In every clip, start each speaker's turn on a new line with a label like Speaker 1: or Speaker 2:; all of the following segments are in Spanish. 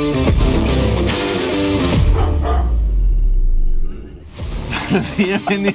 Speaker 1: Bienveni-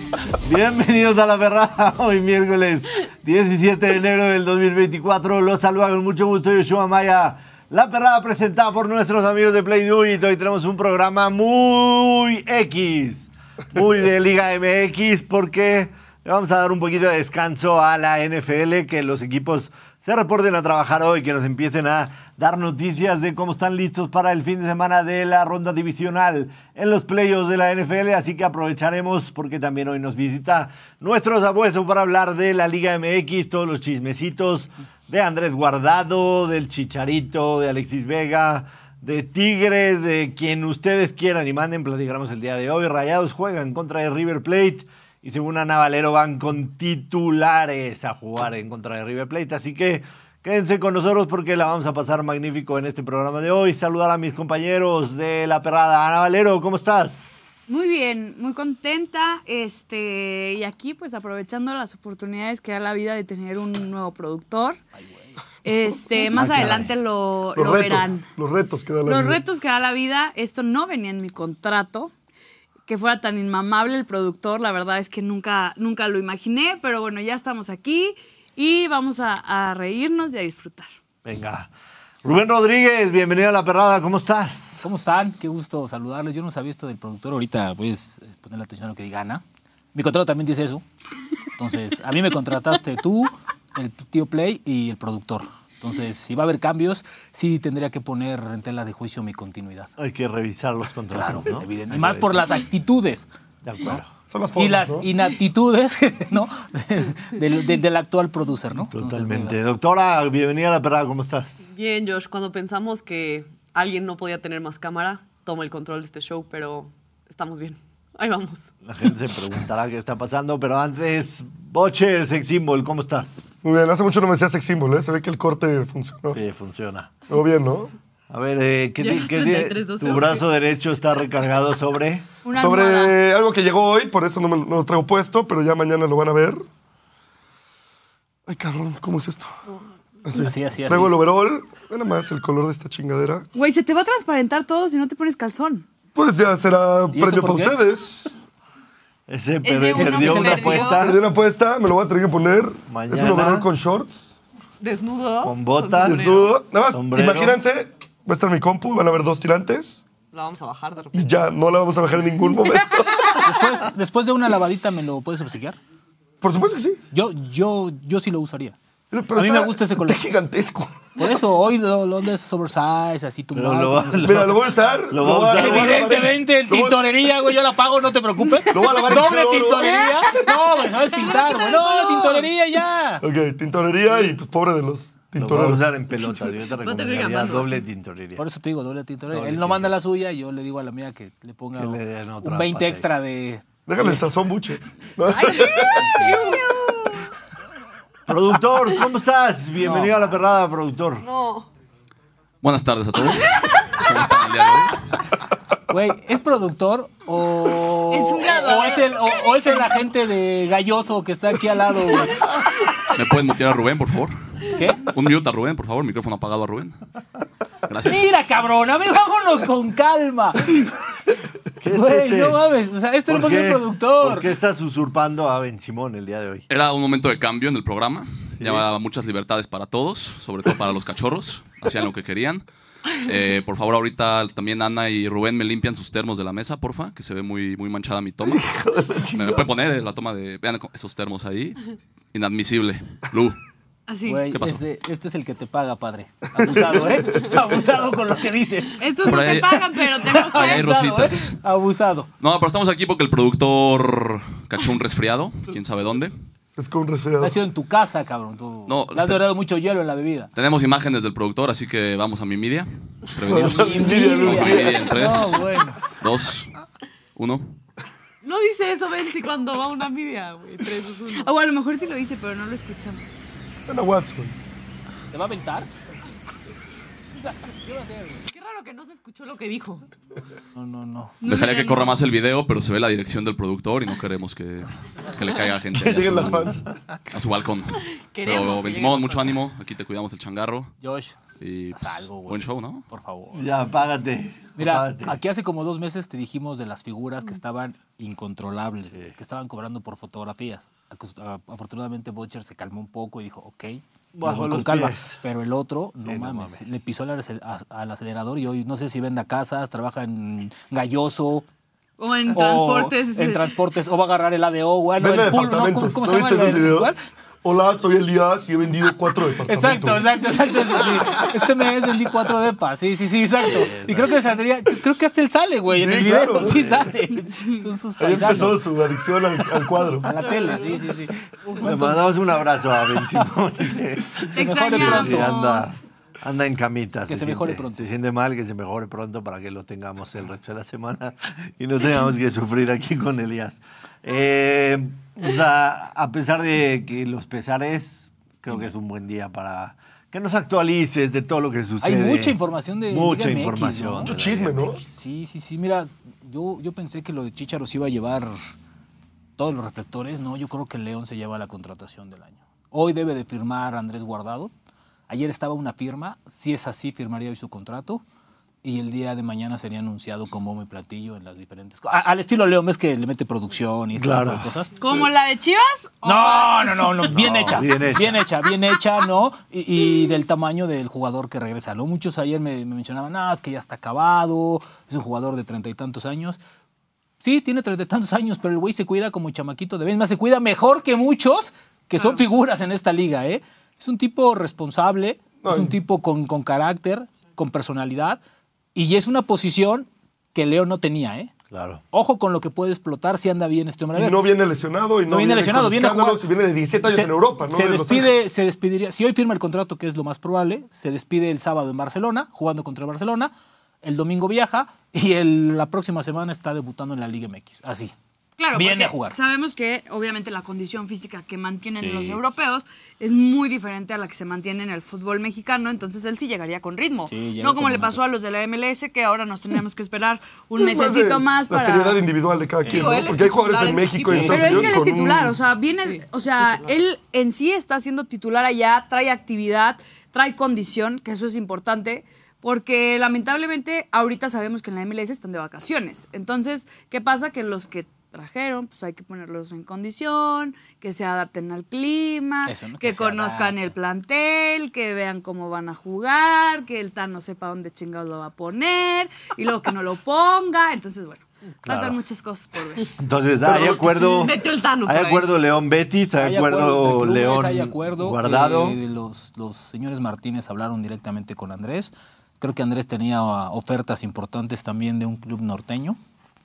Speaker 1: bienvenidos a la perrada. Hoy miércoles 17 de enero del 2024. Los saluda con mucho gusto Yoshua Maya. La perrada presentada por nuestros amigos de Play Do It. Hoy tenemos un programa muy X. Muy de Liga MX porque le vamos a dar un poquito de descanso a la NFL, que los equipos se reporten a trabajar hoy, que nos empiecen a dar noticias de cómo están listos para el fin de semana de la ronda divisional en los playoffs de la NFL. Así que aprovecharemos porque también hoy nos visita nuestro sabueso para hablar de la Liga MX, todos los chismecitos de Andrés Guardado, del Chicharito, de Alexis Vega. De Tigres, de quien ustedes quieran y manden, platicaremos el día de hoy. Rayados juegan contra el River Plate. Y según Ana Valero van con titulares a jugar en contra de River Plate. Así que quédense con nosotros porque la vamos a pasar magnífico en este programa de hoy. Saludar a mis compañeros de La Perrada. Ana Valero, ¿cómo estás?
Speaker 2: Muy bien, muy contenta. Este, y aquí, pues aprovechando las oportunidades que da la vida de tener un nuevo productor. Este, más
Speaker 1: caray.
Speaker 2: adelante lo,
Speaker 3: Los
Speaker 2: lo
Speaker 3: retos,
Speaker 2: verán.
Speaker 3: los retos que da la
Speaker 2: Los
Speaker 3: vida.
Speaker 2: retos que da la vida, esto no venía en mi contrato. Que fuera tan inmamable el productor, la verdad es que nunca, nunca lo imaginé, pero bueno, ya estamos aquí y vamos a, a reírnos y a disfrutar.
Speaker 1: Venga. Rubén Rodríguez, bienvenido a La Perrada. ¿Cómo estás?
Speaker 4: ¿Cómo están? Qué gusto saludarles. Yo no sabía esto del productor. Ahorita voy a poner la atención a lo que diga Ana. Mi contrato también dice eso. Entonces, a mí me contrataste tú, el tío Play y el productor. Entonces, si va a haber cambios, sí tendría que poner en tela de juicio mi continuidad.
Speaker 1: Hay que revisar los
Speaker 4: Claro,
Speaker 1: contratos, ¿no?
Speaker 4: evidente. Y más por las actitudes
Speaker 1: De acuerdo.
Speaker 3: Son las formas,
Speaker 4: y las
Speaker 3: ¿no?
Speaker 4: inaptitudes ¿no? del, del- del actual producer, ¿no? Entonces,
Speaker 1: Totalmente. Doctora, bienvenida a La Perrada. ¿Cómo estás?
Speaker 5: Bien, Josh, cuando pensamos que alguien no podía tener más cámara, toma el control de este show, pero estamos bien. Ahí vamos.
Speaker 1: La gente se preguntará qué está pasando, pero antes, Bocher, Sex Symbol, ¿cómo estás?
Speaker 3: Muy bien, hace mucho no me decía sex symbol, ¿eh? Se ve que el corte funcionó.
Speaker 1: Sí, funciona.
Speaker 3: Todo bien, ¿no?
Speaker 1: A ver, eh, ¿qué,
Speaker 5: Ya
Speaker 1: di-
Speaker 5: los
Speaker 1: qué di-
Speaker 5: 33, doce,
Speaker 1: tu
Speaker 5: ok.
Speaker 1: brazo derecho está recargado sobre?
Speaker 2: Una
Speaker 3: Sobre
Speaker 2: almohada.
Speaker 3: algo que llegó hoy, por eso no, me, no lo traigo puesto, pero ya mañana lo van a ver. Ay, cabrón, ¿cómo es esto? Así,
Speaker 4: Así, así, así.
Speaker 3: Traigo el overall. Ve nada más el color de esta chingadera.
Speaker 2: Güey, se te va a transparentar todo si no te pones calzón.
Speaker 3: Pues ya será
Speaker 4: ¿Y eso
Speaker 3: premio para
Speaker 4: por qué es?
Speaker 3: ustedes.
Speaker 1: Ese
Speaker 2: de
Speaker 1: perdió,
Speaker 2: uno
Speaker 1: perdió
Speaker 2: que
Speaker 1: una
Speaker 2: perdió.
Speaker 4: Ah.
Speaker 1: apuesta
Speaker 3: Le di una apuesta, me lo voy a tener que poner. Es
Speaker 1: Mañana.
Speaker 3: un overall con shorts.
Speaker 5: Desnudo.
Speaker 1: Con
Speaker 4: Ah,
Speaker 1: botas.
Speaker 5: sombrero.
Speaker 3: Desnudo. Nada más,
Speaker 1: Sombrero.
Speaker 3: imagínense, va a estar mi compu, van a haber dos tirantes.
Speaker 5: Pues, La vamos a bajar de repente.
Speaker 3: Y ya, no la vamos a bajar en ningún momento.
Speaker 4: Después, Ah, después de una lavadita, ¿me lo puedes obsequiar?
Speaker 3: Por supuesto que sí.
Speaker 4: Yo, yo, yo sí lo usaría.
Speaker 3: Pero
Speaker 4: a mí
Speaker 3: está-
Speaker 4: me gusta ese color.
Speaker 3: Está gigantesco.
Speaker 4: Por eso hoy lo, lo andas oversize, así
Speaker 1: Pero
Speaker 4: tumbado.
Speaker 1: lo va-
Speaker 4: como-
Speaker 3: Mira, lo voy a usar.
Speaker 1: Lo va a
Speaker 3: voy
Speaker 1: usar.
Speaker 3: lo voy a lavar en-
Speaker 4: Evidentemente, el
Speaker 3: lo voy-
Speaker 4: tintorería, güey, yo la pago, no te preocupes.
Speaker 3: Lo voy a lavar en
Speaker 4: Doble
Speaker 3: cloro.
Speaker 4: tintorería. No, güey, sabes pintar, güey. No, tintorería ya.
Speaker 3: Ok, tintorería y pues pobre de
Speaker 1: Lo
Speaker 3: los
Speaker 1: va a
Speaker 3: tintoreros.
Speaker 1: usar en pelota. Yo te recomendaría
Speaker 5: gambas.
Speaker 1: doble tintorería.
Speaker 4: Por eso te digo, doble tintorería.
Speaker 1: Doble
Speaker 4: Él no manda la suya y yo le digo a la mía que le ponga
Speaker 1: Que le den
Speaker 4: un,
Speaker 1: otra
Speaker 4: 20
Speaker 1: pase.
Speaker 4: extra de.
Speaker 3: Déjale el sazón buche. No,
Speaker 1: Productor, ¿cómo estás? Bienvenido a la perrada, productor.
Speaker 5: No.
Speaker 6: Buenas tardes a todos. ¿Cómo están el día de hoy?
Speaker 4: Güey, ¿es productor o.
Speaker 2: Es un graduado.
Speaker 4: o es el, o, o es el agente de Galloso que está aquí al lado, güey?
Speaker 6: ¿Me pueden mutear a Rubén, por favor?
Speaker 4: ¿Qué?
Speaker 6: Un mute a Rubén, por favor. Micrófono apagado a Rubén. Gracias.
Speaker 4: Mira, cabrón, a mí vámonos con calma.
Speaker 1: ¿Qué es
Speaker 4: Güey,
Speaker 1: ese?
Speaker 4: no mames. O sea, este no
Speaker 1: ¿Por
Speaker 4: puede ser
Speaker 1: qué-
Speaker 4: productor.
Speaker 1: ¿Por qué estás usurpando a Ben Simón el día de hoy?
Speaker 6: Era un momento de cambio en el programa. Llevaba muchas libertades para todos, sobre todo para los cachorros. Hacían lo que querían. Eh, por favor, ahorita también Ana y Rubén me limpian sus termos de la mesa, porfa, que se ve muy, muy manchada mi toma. Me, me pueden poner eh, la toma de. Vean esos termos ahí. Inadmisible. Lu.
Speaker 2: Así.
Speaker 4: Güey,
Speaker 6: ¿Qué pasó?
Speaker 4: este, este es el que te paga, padre. Abusado, ¿eh? Abusado con lo que dices.
Speaker 2: Estos
Speaker 6: Por
Speaker 2: no
Speaker 6: ahí-
Speaker 2: te pagan, pero te lo
Speaker 6: Ahí hay
Speaker 2: sabes.
Speaker 6: rositas.
Speaker 4: ¿eh? Abusado.
Speaker 6: No, pero estamos aquí porque el productor cachó un resfriado, quién sabe dónde.
Speaker 3: es con un
Speaker 4: Ha
Speaker 3: resfriado.
Speaker 4: sido en tu casa, cabrón. Tú
Speaker 6: No,
Speaker 4: le has
Speaker 6: te-
Speaker 4: dorado mucho hielo en la bebida.
Speaker 6: Tenemos imágenes del productor, así que vamos a mi media. Prevenidos.
Speaker 3: Envidia,
Speaker 6: Vamos a mi media en tres,
Speaker 4: No, bueno.
Speaker 6: dos, uno.
Speaker 5: No dice eso, Benzi, cuando va una media, güey. Tres, dos, uno.
Speaker 2: O a lo mejor sí lo hice, pero no lo escuchamos.
Speaker 3: Ana Watson.
Speaker 4: ¿Te va a aventar?
Speaker 5: bueno que no se escuchó lo que dijo.
Speaker 4: No, no, no.
Speaker 2: No,
Speaker 6: Dejaría
Speaker 2: mira,
Speaker 6: que corra
Speaker 2: no.
Speaker 6: más el video, pero se ve la dirección del productor y no queremos que, que le caiga gente
Speaker 3: Que
Speaker 6: ahí a
Speaker 3: lleguen
Speaker 6: su-
Speaker 3: las fans.
Speaker 6: a su balcón.
Speaker 5: Queremos que
Speaker 6: pero
Speaker 5: lleguen
Speaker 6: Benzimón,
Speaker 5: las
Speaker 6: mucho
Speaker 5: fans.
Speaker 6: ánimo. Aquí te cuidamos el changarro.
Speaker 4: Josh,
Speaker 6: Y
Speaker 4: haz
Speaker 6: pues,
Speaker 4: algo, güey.
Speaker 6: buen show, ¿no?
Speaker 4: Por favor.
Speaker 1: Ya, apágate.
Speaker 4: Mira,
Speaker 1: apágate.
Speaker 4: aquí hace como dos meses te dijimos de las figuras que estaban incontrolables, que estaban cobrando por fotografías. Acus- a- Afortunadamente Butcher se calmó un poco y dijo, ok, le
Speaker 1: Bajo
Speaker 4: voy
Speaker 1: los
Speaker 4: con calma.
Speaker 1: pies.
Speaker 4: Pero el otro, no,
Speaker 1: Sí, no
Speaker 4: mames,
Speaker 1: mames.
Speaker 4: le pisó al, acel- a- al acelerador y hoy no sé si venda casas, trabaja en Galloso.
Speaker 2: O en
Speaker 4: o
Speaker 2: transportes.
Speaker 4: En transportes, o va a agarrar el ADO, güey. no,
Speaker 3: Vende
Speaker 4: el pool, no, ¿cómo-
Speaker 3: departamentos.
Speaker 4: ¿Cómo
Speaker 3: ¿No
Speaker 4: se llama
Speaker 3: viste
Speaker 4: el
Speaker 3: esos videos?
Speaker 4: ¿cuál?
Speaker 3: Hola, soy Elías y he vendido cuatro departamentos.
Speaker 4: Exacto, exacto, exacto. sí, sí. Este mes vendí cuatro depas, sí, sí, sí, exacto. Y creo que saldría, creo que hasta él sale, güey, en
Speaker 3: Sí,
Speaker 4: el video,
Speaker 3: claro.
Speaker 4: sí sale. Son sus
Speaker 3: Ahí empezó
Speaker 4: paisanos.
Speaker 3: su adicción al, al cuadro.
Speaker 4: A la tele, sí, sí, sí.
Speaker 1: Le mandamos un abrazo a Ben Simón.
Speaker 2: Te
Speaker 4: mejore
Speaker 2: extrañamos.
Speaker 1: Sí, anda, anda en camita.
Speaker 4: Que se mejore
Speaker 1: siente-
Speaker 4: pronto.
Speaker 1: Se siente mal, que se mejore pronto para que lo tengamos el resto de la semana y no tengamos que sufrir aquí con Elías. Eh, o sea, a pesar de que los pesares, creo que es un buen día para que nos actualices de todo lo que sucede.
Speaker 4: Hay mucha información de
Speaker 1: Mucha
Speaker 4: Liga MX,
Speaker 1: información.
Speaker 4: ¿no?
Speaker 1: de
Speaker 3: Mucho
Speaker 1: la
Speaker 3: chisme,
Speaker 1: Liga
Speaker 3: ¿no?
Speaker 1: MX.
Speaker 4: Sí, sí, sí. Mira, yo, yo pensé que lo de Chicharo se iba a llevar todos los reflectores. No, yo creo que León se lleva la contratación del año. Hoy debe de firmar Andrés Guardado. Ayer estaba una firma. Si es así, firmaría hoy su contrato. Y el día de mañana sería anunciado como me platillo en las diferentes... co- a- al estilo León, ves que le mete producción y este
Speaker 1: Claro.
Speaker 4: tipo de cosas.
Speaker 2: Como la de Chivas.
Speaker 4: No, no, no, no, bien
Speaker 1: No,
Speaker 4: hecha.
Speaker 1: bien
Speaker 4: Bien
Speaker 1: hecha.
Speaker 4: hecha, bien hecha, ¿no? Y, y del tamaño del jugador que regresa, ¿no? Muchos ayer me, me mencionaban, ah, es que ya está acabado, es un jugador de treinta y tantos años. Sí, tiene treinta y tantos años, pero el güey se cuida como chamaquito de vez más, se cuida mejor que muchos que son figuras en esta liga, ¿eh? Es un tipo responsable, es un tipo con, con carácter, con personalidad, y es una posición que Leo no tenía, ¿eh?
Speaker 1: Claro.
Speaker 4: Ojo con lo que puede explotar si anda bien este hombre. A
Speaker 3: Y
Speaker 4: ver,
Speaker 3: no viene lesionado y no,
Speaker 4: no viene lesionado,
Speaker 3: con
Speaker 4: viene a jugar.
Speaker 3: escándalos y viene de 17 años
Speaker 4: Se-
Speaker 3: en Europa, ¿no?
Speaker 4: Se
Speaker 3: De Los
Speaker 4: despide,
Speaker 3: Ángeles.
Speaker 4: se despediría. Si hoy firma el contrato, que es lo más probable, se despide el sábado en Barcelona, jugando contra el Barcelona. El domingo viaja y el- la próxima semana está debutando en la Liga MX. Así.
Speaker 2: Claro,
Speaker 4: Viene
Speaker 2: porque
Speaker 4: a jugar.
Speaker 2: Sabemos que obviamente la condición física que mantienen
Speaker 4: Sí.
Speaker 2: los europeos es muy diferente a la que se mantiene en el fútbol mexicano, entonces él sí llegaría con ritmo.
Speaker 4: Sí, llega
Speaker 2: no como
Speaker 4: con
Speaker 2: le
Speaker 4: momento.
Speaker 2: pasó a los de la MLS que ahora nos teníamos que esperar un
Speaker 3: Es más de
Speaker 2: mesecito más
Speaker 3: La seriedad
Speaker 2: para
Speaker 3: individual de cada quien,
Speaker 5: Digo,
Speaker 3: ¿no?
Speaker 5: él es
Speaker 3: Porque hay jugadores
Speaker 5: titular
Speaker 3: en
Speaker 5: en su
Speaker 3: México y en
Speaker 5: equipo.
Speaker 2: Pero
Speaker 3: Estados
Speaker 2: es
Speaker 3: Unidos
Speaker 2: que él es
Speaker 3: con un-
Speaker 2: titular, o sea, viene,
Speaker 5: Sí,
Speaker 2: o sea, él en sí está siendo titular allá, trae actividad, trae condición, que eso es importante, porque lamentablemente ahorita sabemos que en la MLS están de vacaciones. Entonces, ¿qué pasa? Que los que trajeron, pues hay que ponerlos en condición, que se adapten al clima,
Speaker 4: Eso, ¿no?
Speaker 2: que,
Speaker 4: Que se
Speaker 2: conozcan
Speaker 4: adapten.
Speaker 2: el plantel, que vean cómo van a jugar, que el Tano sepa dónde chingados lo va a poner y luego que no lo ponga. Entonces, bueno,
Speaker 1: Claro.
Speaker 2: faltan muchas cosas por ver.
Speaker 1: Entonces, hay acuerdo.
Speaker 5: Metió el Tano
Speaker 1: Hay
Speaker 5: por ahí.
Speaker 1: acuerdo León Betis, hay,
Speaker 4: entre
Speaker 1: acuerdo,
Speaker 4: clubes,
Speaker 1: León
Speaker 4: hay acuerdo.
Speaker 1: Guardado.
Speaker 4: Eh, los, los señores Martínez hablaron directamente con Andrés. Creo que Andrés tenía ah, ofertas importantes también de un club norteño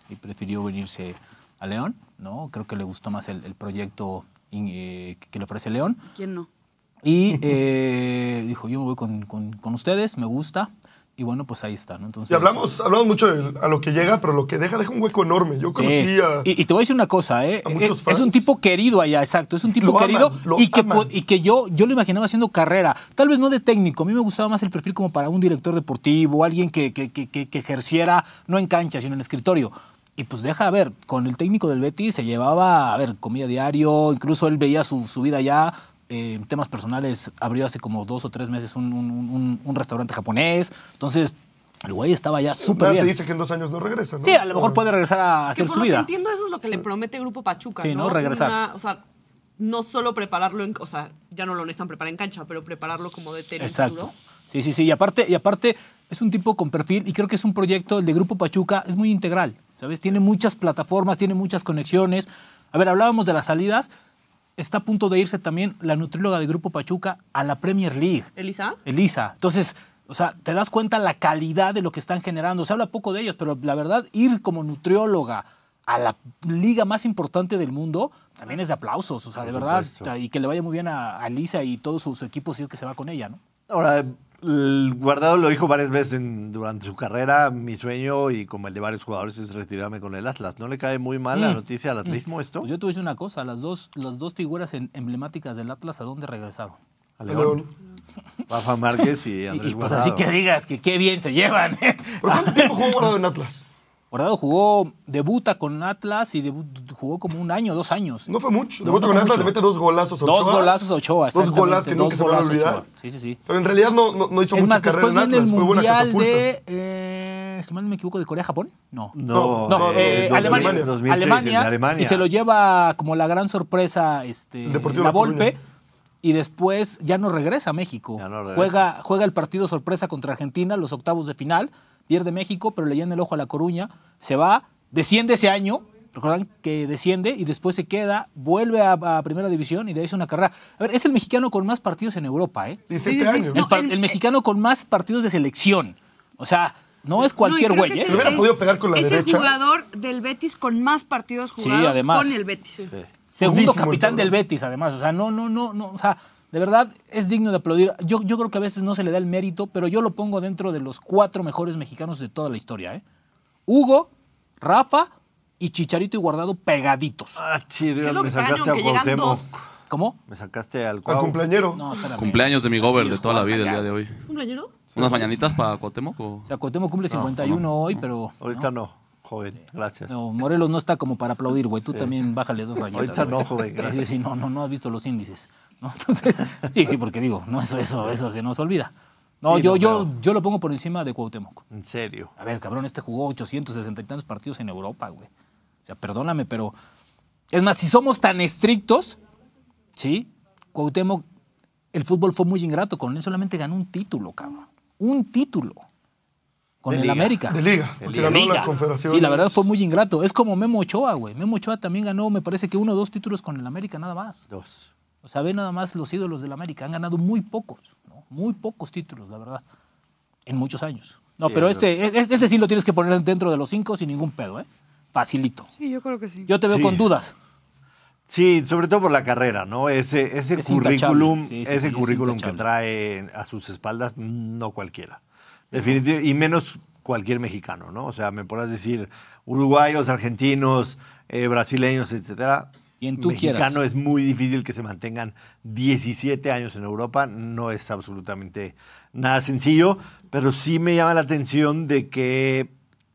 Speaker 4: y prefirió venirse a León, ¿no? Creo que le gustó más el, el proyecto in- eh, que le ofrece León.
Speaker 2: ¿Quién no?
Speaker 4: Y eh, dijo, yo me voy con, con- con ustedes, me gusta. Y bueno, pues ahí está, ¿no? Entonces,
Speaker 3: Y hablamos, hablamos mucho de- a lo que llega, pero lo que deja, deja un hueco enorme. Yo
Speaker 4: Sí.
Speaker 3: conocí a...
Speaker 4: y, y te voy a decir una cosa, ¿eh?
Speaker 3: a
Speaker 4: Es-
Speaker 3: muchos
Speaker 4: es,
Speaker 3: fans.
Speaker 4: un tipo querido allá, exacto. Es un tipo
Speaker 3: Lo aman,
Speaker 4: querido
Speaker 3: lo
Speaker 4: y, que,
Speaker 3: aman.
Speaker 4: po- y que yo, yo lo imaginaba haciendo carrera. Tal vez no de técnico. A mí me gustaba más el perfil como para un director deportivo, alguien que, que- que- que- que ejerciera, no en cancha, sino en escritorio. Y pues deja, a ver, con el técnico del Betis se llevaba, a ver, comida diario, incluso él veía su, su vida allá. eh, En temas personales abrió hace como dos o tres meses un, un- un- un restaurante japonés. Entonces, el güey estaba ya súper
Speaker 3: Nada te
Speaker 4: bien.
Speaker 3: dice que en dos años no regresa, ¿no?
Speaker 4: Sí, a
Speaker 3: O sea,
Speaker 4: lo mejor puede regresar a
Speaker 5: Que
Speaker 4: hacer
Speaker 5: por
Speaker 4: su
Speaker 5: lo
Speaker 4: vida.
Speaker 5: que entiendo, eso es lo que le promete Grupo Pachuca.
Speaker 4: Sí,
Speaker 5: ¿no?
Speaker 4: ¿no? Regresar.
Speaker 5: Una- o sea, no solo prepararlo en. O sea, ya no lo necesitan preparar en cancha, pero prepararlo como de tenis
Speaker 4: Exacto.
Speaker 5: duro.
Speaker 4: Sí, sí, sí. Y aparte, y aparte es un tipo con perfil y creo que es un proyecto, el de Grupo Pachuca, es muy integral, ¿sabes? Tiene muchas plataformas, tiene muchas conexiones. A ver, hablábamos de las salidas. Está a punto de irse también la nutrióloga de Grupo Pachuca a la Premier League.
Speaker 5: Elisa.
Speaker 4: Elisa. Entonces, o sea, te das cuenta la calidad de lo que están generando. Se habla poco de ellos, pero la verdad, ir como nutrióloga a la liga más importante del mundo también es de aplausos. O sea, de verdad.
Speaker 1: supuesto.
Speaker 4: o sea, Y que le vaya muy bien a, a Elisa y todo su, su equipo si es que se va con ella, ¿no?
Speaker 1: Ahora, el Guardado lo dijo varias veces en- durante su carrera. Mi sueño y como el de varios jugadores es retirarme con el Atlas. ¿No le cae muy mal la
Speaker 4: Mm.
Speaker 1: noticia al atlismo esto?
Speaker 4: Pues yo te voy a decir una cosa, las dos, las dos figuras en- emblemáticas del Atlas, ¿a dónde regresaron?
Speaker 1: A
Speaker 3: a León.
Speaker 1: Rafa Márquez y
Speaker 4: Y,
Speaker 1: Andrés
Speaker 4: y, pues así
Speaker 1: Guardado.
Speaker 4: que digas que qué bien se llevan. ¿eh?
Speaker 3: ¿Pero cuánto tiempo jugó guardado en Atlas?
Speaker 4: Guardado jugó, debuta con Atlas y debu- jugó como un año, dos años.
Speaker 3: No fue mucho.
Speaker 4: No,
Speaker 3: Debuta con
Speaker 4: no fue
Speaker 3: Atlas, le
Speaker 4: mucho.
Speaker 3: mete dos golazos a Ochoa.
Speaker 4: Dos golazos a Ochoa.
Speaker 3: Dos
Speaker 4: exactamente,
Speaker 3: golazos que nunca
Speaker 4: dos
Speaker 3: se van a
Speaker 4: golazos a
Speaker 3: olvidar.
Speaker 4: Ochoa. Sí, sí, sí.
Speaker 3: Pero en realidad no, no, no hizo
Speaker 4: Es
Speaker 3: mucha
Speaker 4: más,
Speaker 3: carrera
Speaker 4: después
Speaker 3: en
Speaker 4: viene
Speaker 3: Atlas.
Speaker 4: el
Speaker 3: fue buena
Speaker 4: Mundial
Speaker 3: catapulta.
Speaker 4: de, eh, si mal no me equivoco, de Corea-Japón. No.
Speaker 3: No,
Speaker 1: No,
Speaker 4: No,
Speaker 3: no,
Speaker 4: eh,
Speaker 3: no,
Speaker 4: Alemania.
Speaker 3: Alemania.
Speaker 1: 2006, el de
Speaker 4: Alemania,
Speaker 1: Alemania.
Speaker 4: Y se lo lleva como la gran sorpresa este,
Speaker 3: El Deportivo
Speaker 4: la
Speaker 3: La Coruña.
Speaker 4: Volpe. Y después ya no regresa a México.
Speaker 1: Ya no regresa.
Speaker 4: Juega, juega el partido sorpresa contra Argentina, los octavos de final. Pierde México, pero le llena el ojo a La Coruña. Se va, desciende ese año. Recuerdan que desciende y después se queda, vuelve a, a Primera División y de ahí es una carrera. A ver, es el mexicano con más partidos en Europa, ¿eh?
Speaker 3: 17
Speaker 2: Sí, sí, sí.
Speaker 3: años.
Speaker 4: El,
Speaker 2: No,
Speaker 4: par-
Speaker 2: el-
Speaker 4: el mexicano con más partidos de selección. O sea, no es cualquier
Speaker 2: No, y creo
Speaker 4: güey,
Speaker 2: que
Speaker 4: ¿eh?
Speaker 2: es
Speaker 3: Se
Speaker 2: el-
Speaker 3: hubiera
Speaker 2: es-
Speaker 3: podido pegar con la
Speaker 2: es
Speaker 3: derecha.
Speaker 2: el jugador del Betis con más partidos
Speaker 4: Sí,
Speaker 2: jugados
Speaker 4: además.
Speaker 2: con el Betis.
Speaker 4: Segundo
Speaker 3: Jodísimo el
Speaker 4: capitán
Speaker 3: cabrón.
Speaker 4: del Betis, además. O sea, no, no, no, no. O sea, de verdad es digno de aplaudir. Yo, yo creo que a veces no se le da el mérito, pero yo lo pongo dentro de los cuatro mejores mexicanos de toda la historia, ¿eh? Hugo, Rafa y Chicharito y Guardado pegaditos.
Speaker 1: Ah, chirrión,
Speaker 5: Qué lo
Speaker 1: me
Speaker 5: extraño
Speaker 1: sacaste a
Speaker 5: que llegan
Speaker 1: Cuauhtémoc.
Speaker 5: dos.
Speaker 4: ¿ómo?
Speaker 1: Me sacaste al
Speaker 3: Al
Speaker 1: Cuau.
Speaker 3: cumpleañero.
Speaker 4: No, espérame.
Speaker 6: Cumpleaños de mi gober de toda la vida el
Speaker 4: allá.
Speaker 6: día de hoy.
Speaker 5: ¿Es cumpleañero?
Speaker 6: ¿Unas mañanitas para Cuauhtémoc o...?
Speaker 4: O sea, Cuauhtémoc cumple 51 hoy, pero...
Speaker 1: Ahorita no, joven, gracias.
Speaker 4: No, Morelos no está como para aplaudir, güey. Tú también bájale dos rayitas.
Speaker 1: Ahorita
Speaker 4: güey.
Speaker 1: no, joven, gracias.
Speaker 4: Sí, sí, no, no, no has visto los índices. ¿no? Entonces, sí, sí, porque digo, no, eso, eso, eso se nos olvida. No,
Speaker 1: Sí,
Speaker 4: yo,
Speaker 1: no,
Speaker 4: yo,
Speaker 1: pero-
Speaker 4: yo lo pongo por encima de Cuauhtémoc.
Speaker 1: En serio.
Speaker 4: A ver, cabrón, este jugó 860 y tantos partidos en Europa, güey. O sea, perdóname, pero. Es más, si somos tan estrictos, ¿sí? Cuauhtémoc, el fútbol fue muy ingrato con él, solamente ganó un título, cabrón. Un título. Con
Speaker 1: De
Speaker 4: el
Speaker 1: liga.
Speaker 4: América.
Speaker 3: De liga.
Speaker 1: De
Speaker 3: Porque
Speaker 1: liga.
Speaker 3: ganó
Speaker 4: Liga.
Speaker 3: la confederación.
Speaker 4: Sí, la verdad fue muy ingrato. Es como Memo Ochoa, güey. Memo Ochoa también ganó, me parece que uno o dos títulos con el América nada más.
Speaker 1: Dos.
Speaker 4: O sea, ve nada más los ídolos del América. Han ganado muy pocos, ¿no? Muy pocos títulos, la verdad, en muchos años. No,
Speaker 1: Sí,
Speaker 4: pero
Speaker 1: es
Speaker 4: este, es- este sí lo tienes que poner dentro de los cinco sin ningún pedo, ¿eh? Facilito.
Speaker 2: Sí, yo creo que sí.
Speaker 4: Yo te veo
Speaker 1: Sí.
Speaker 4: con dudas.
Speaker 1: Sí, sobre todo por la carrera, ¿no? Ese, ese
Speaker 4: Es
Speaker 1: currículum,
Speaker 4: intachable. Sí, sí, sí,
Speaker 1: ese
Speaker 4: es
Speaker 1: currículum que
Speaker 4: intachable.
Speaker 1: trae a sus espaldas, no cualquiera. Definitivamente, y menos cualquier mexicano, ¿no? O sea, me podrás decir uruguayos, argentinos, eh, brasileños, etcétera.
Speaker 4: Quien tú
Speaker 1: Mexicano
Speaker 4: quieras.
Speaker 1: es muy difícil que se mantengan 17 años en Europa, no es absolutamente nada sencillo, pero sí me llama la atención de que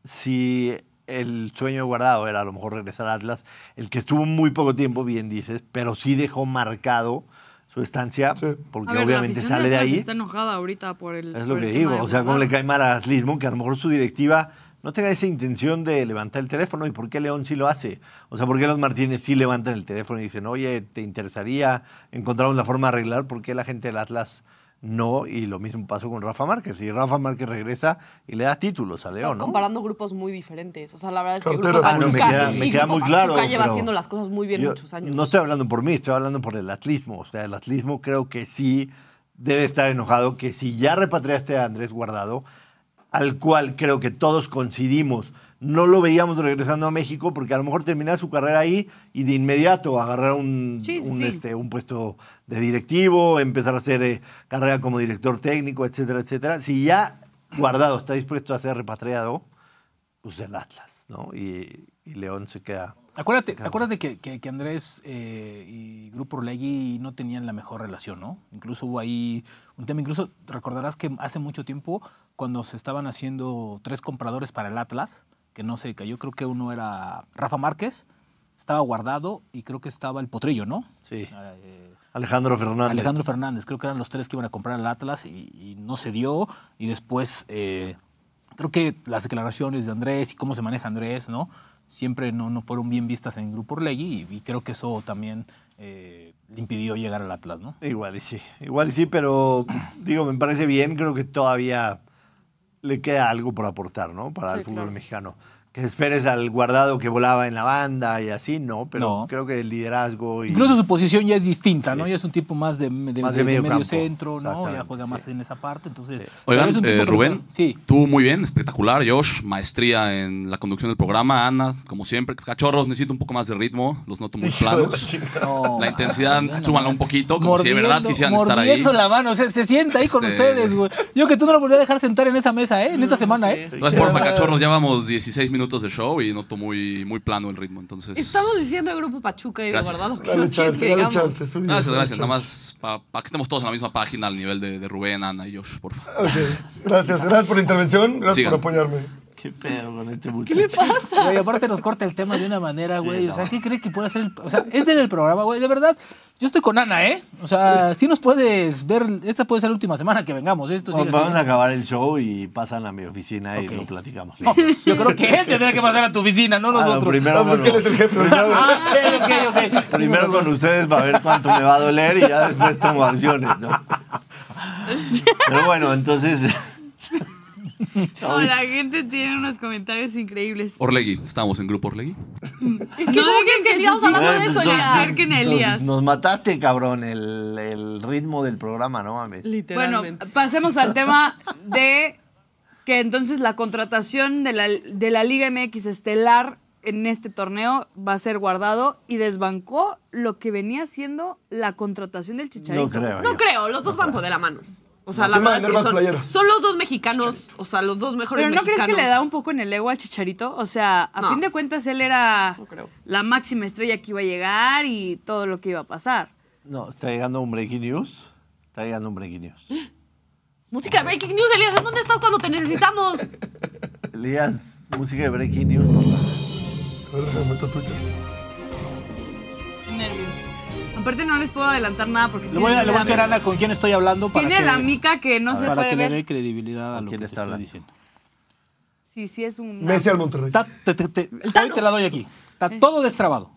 Speaker 1: si el sueño de guardado era a lo mejor regresar a Atlas, el que estuvo muy poco tiempo, bien dices, pero sí dejó marcado su estancia,
Speaker 3: Sí.
Speaker 1: porque
Speaker 2: A ver, la
Speaker 1: obviamente
Speaker 2: afición de
Speaker 1: sale de
Speaker 2: Atlas
Speaker 1: ahí.
Speaker 2: Está enojada ahorita por el.
Speaker 1: Es
Speaker 2: por
Speaker 1: lo que
Speaker 2: el tema
Speaker 1: digo,
Speaker 2: de
Speaker 1: o sea, cómo le
Speaker 2: Guardado.
Speaker 1: cae mal a Atlismo que a lo mejor su directiva no tenga esa intención de levantar el teléfono y por qué León sí lo hace. O sea, por qué los Martínez sí levantan el teléfono y dicen, oye, ¿te interesaría? Encontramos la forma de arreglar, ¿por qué la gente del Atlas no? Y lo mismo pasó con Rafa Márquez. Y Rafa Márquez regresa y le da títulos a
Speaker 5: Estás
Speaker 1: León, ¿no?
Speaker 5: comparando grupos muy diferentes. O sea, la verdad es que el
Speaker 3: Carteras
Speaker 5: Grupo
Speaker 3: muy
Speaker 5: Pachuca,
Speaker 3: diferentes. Ah, no, me
Speaker 1: queda- me
Speaker 5: y
Speaker 1: queda
Speaker 5: Grupo
Speaker 1: muy claro,
Speaker 5: Pachuca lleva
Speaker 1: pero
Speaker 5: haciendo las cosas muy bien
Speaker 1: Yo
Speaker 5: muchos años.
Speaker 1: No estoy hablando por mí, estoy hablando por el atlismo. O sea, el atlismo creo que sí debe estar enojado, que si ya repatriaste a Andrés Guardado, al cual creo que todos coincidimos, no lo veíamos regresando a México porque a lo mejor terminaba su carrera ahí y de inmediato agarrar un,
Speaker 2: Sí, sí,
Speaker 1: un,
Speaker 2: sí.
Speaker 1: este, un puesto de directivo, empezar a hacer eh, carrera como director técnico, etcétera, etcétera. Si ya Guardado está dispuesto a ser repatriado, pues el Atlas, ¿no? Y, y León se queda.
Speaker 4: Acuérdate, acuérdate que, que- que Andrés eh, y Grupo Orlegui no tenían la mejor relación, ¿no? Incluso hubo ahí un tema, incluso recordarás que hace mucho tiempo, cuando se estaban haciendo tres compradores para el Atlas, que no se cayó, creo que uno era Rafa Márquez, estaba guardado y creo que estaba el Potrillo, ¿no?
Speaker 1: Sí.
Speaker 4: Eh,
Speaker 1: Alejandro Fernández.
Speaker 4: Alejandro Fernández, creo que eran los tres que iban a comprar al Atlas y, y no se dio. Y después, eh, creo que las declaraciones de Andrés y cómo se maneja Andrés, ¿no? Siempre no, no fueron bien vistas en Grupo Orlegui y, y creo que eso también eh, le impidió llegar al Atlas, ¿no?
Speaker 1: Igual y sí, igual y sí, pero digo, me parece bien, creo que todavía le queda algo por aportar, ¿no? Para el
Speaker 5: Sí,
Speaker 1: fútbol
Speaker 5: claro.
Speaker 1: mexicano. Que esperes al guardado que volaba en la banda y así, no, pero
Speaker 4: No.
Speaker 1: creo que el liderazgo y...
Speaker 4: Incluso su posición ya es distinta, ¿no?
Speaker 1: Sí.
Speaker 4: Ya es un tipo más de, de-
Speaker 1: Más de
Speaker 4: de- de
Speaker 1: medio
Speaker 4: medio,
Speaker 1: campo,
Speaker 4: centro, ¿no? Ya
Speaker 1: exactamente,
Speaker 4: juega más
Speaker 1: sí.
Speaker 4: en esa parte, entonces... pero
Speaker 6: Oigan,
Speaker 4: es un tipo
Speaker 6: eh,
Speaker 4: que-
Speaker 6: Rubén,
Speaker 4: Sí.
Speaker 6: tú muy bien, espectacular, Josh, maestría en la conducción del programa, Ana, como siempre, cachorros, necesito un poco más de ritmo, los noto muy planos.
Speaker 4: No,
Speaker 6: La intensidad,
Speaker 4: bien,
Speaker 6: súbanla
Speaker 4: nomás.
Speaker 6: un poquito, como si de verdad
Speaker 4: Mordiendo-
Speaker 6: quisieran estar ahí.
Speaker 4: Mordiendo la mano, se, se sienta ahí con
Speaker 6: Este-
Speaker 2: Mm,
Speaker 4: ustedes, güey. Yo que tú no lo volví a dejar sentar en esa mesa, ¿eh? En esta semana, ¿eh?
Speaker 6: No es porfa, cachorros, ya vamos 16 minutos de show y noto muy, muy plano el ritmo. Entonces.
Speaker 5: Estamos diciendo el grupo Pachuca y de
Speaker 6: Gracias.
Speaker 5: guardado que
Speaker 3: Dale
Speaker 5: no quieres
Speaker 3: chance,
Speaker 5: que
Speaker 3: dale
Speaker 5: digamos.
Speaker 3: chance. sube,
Speaker 6: Gracias,
Speaker 3: dale
Speaker 6: Ah, gracias. Nada
Speaker 3: chance.
Speaker 6: más para que estemos todos en la misma página al nivel de, de Rubén, Ana y Josh, por favor.
Speaker 3: Ok, Gracias, gracias por la intervención, gracias
Speaker 6: Sigan.
Speaker 3: por apoyarme.
Speaker 1: ¿Qué pedo con este muchacho? ¿Qué le pasa?
Speaker 4: Güey, aparte nos corta el tema de una manera, güey. o sea, ¿qué cree que puede hacer? El, o sea, es en el programa, güey. De verdad, yo estoy con Ana, ¿eh? O sea, si nos puedes ver. Esta puede ser la última semana que vengamos. Esto sigue
Speaker 1: vamos a
Speaker 4: así.
Speaker 1: acabar el show y pasan a mi oficina y
Speaker 4: Ok.
Speaker 1: lo platicamos.
Speaker 4: No, yo creo que él tendrá que pasar a tu oficina, no
Speaker 1: Ah,
Speaker 4: nosotros.
Speaker 1: primero,
Speaker 3: Vamos, es que él
Speaker 1: bueno,
Speaker 3: es el jefe.
Speaker 4: Ah, ok, ok, ok.
Speaker 1: primero con ustedes para ver cuánto me va a doler y ya después tomo acciones, ¿no? Pero bueno, entonces...
Speaker 2: No, la gente tiene unos comentarios increíbles.
Speaker 6: Orlegui, estábamos en grupo Orlegui.
Speaker 5: Es que no
Speaker 2: dejes
Speaker 5: crees que sigamos hablando de eso
Speaker 1: Entonces,
Speaker 5: ya.
Speaker 2: Ser que en Elías.
Speaker 1: Nos, nos mataste, cabrón, el, el ritmo del programa, ¿no mames?
Speaker 2: Bueno,
Speaker 5: Literalmente.
Speaker 2: pasemos al tema de que entonces la contratación de la, de la Liga MX estelar en este torneo va a ser guardado y desbancó lo que venía siendo la contratación del Chicharito.
Speaker 1: No creo.
Speaker 5: no
Speaker 1: yo.
Speaker 5: creo, los dos van por de la mano. O sea, la
Speaker 3: ¿Quién va a
Speaker 5: verdad es
Speaker 3: vender
Speaker 5: que
Speaker 3: más
Speaker 5: son,
Speaker 3: playeras?
Speaker 5: son los dos mexicanos, o sea, los dos mejores
Speaker 2: Pero ¿no crees
Speaker 5: mexicanos.
Speaker 2: que le da un poco en el ego al Chicharito? O sea, a
Speaker 5: No.
Speaker 2: fin de cuentas él era
Speaker 5: No creo.
Speaker 2: la máxima estrella que iba a llegar y todo lo que iba a pasar.
Speaker 1: No, está llegando un breaking news. Está llegando un breaking news.
Speaker 5: Música de Breaking News, Elías, ¿en ¿dónde estás cuando te necesitamos?
Speaker 1: Elías, música de breaking news. por favor.
Speaker 2: Nervios. Aparte no les puedo adelantar nada porque
Speaker 4: Le voy a,
Speaker 2: tiene
Speaker 4: le voy a decir
Speaker 2: la,
Speaker 4: a Ana con quién estoy hablando para
Speaker 2: tiene
Speaker 4: que,
Speaker 2: la mica que no se
Speaker 4: para
Speaker 2: puede
Speaker 4: que le
Speaker 2: ver.
Speaker 4: dé credibilidad a lo que
Speaker 1: quién
Speaker 4: te
Speaker 1: está
Speaker 4: estoy
Speaker 1: hablando?
Speaker 4: diciendo.
Speaker 2: Sí, sí es un...
Speaker 3: Messi
Speaker 4: Ah,
Speaker 3: al Monterrey.
Speaker 4: Está- te, te- te- hoy te la doy aquí. Está todo destrabado.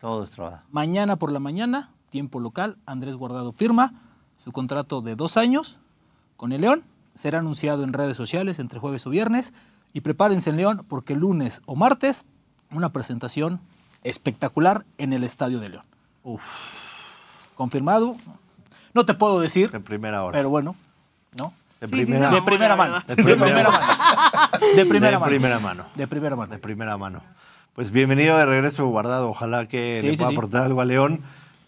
Speaker 1: Todo destrabado.
Speaker 4: Mañana por la mañana, tiempo local, Andrés Guardado firma su contrato de dos años con el León. Será anunciado en redes sociales entre jueves o viernes. Y prepárense en León porque lunes o martes una presentación espectacular en el Estadio de León. Confirmado. No te puedo decir,
Speaker 1: De primera hora.
Speaker 4: pero bueno, ¿no?
Speaker 1: de
Speaker 2: Sí, sí,
Speaker 1: primera,
Speaker 2: sí.
Speaker 4: De primera
Speaker 2: la
Speaker 4: mano.
Speaker 2: verdad.
Speaker 4: De
Speaker 1: De primera
Speaker 4: primera
Speaker 1: mano.
Speaker 4: mano. De primera
Speaker 1: De
Speaker 4: mano.
Speaker 1: primera mano.
Speaker 4: De primera mano.
Speaker 1: de primera mano. Pues bienvenido de regreso, guardado. Ojalá que
Speaker 4: Sí,
Speaker 1: le
Speaker 4: sí,
Speaker 1: pueda
Speaker 4: sí.
Speaker 1: aportar algo a León.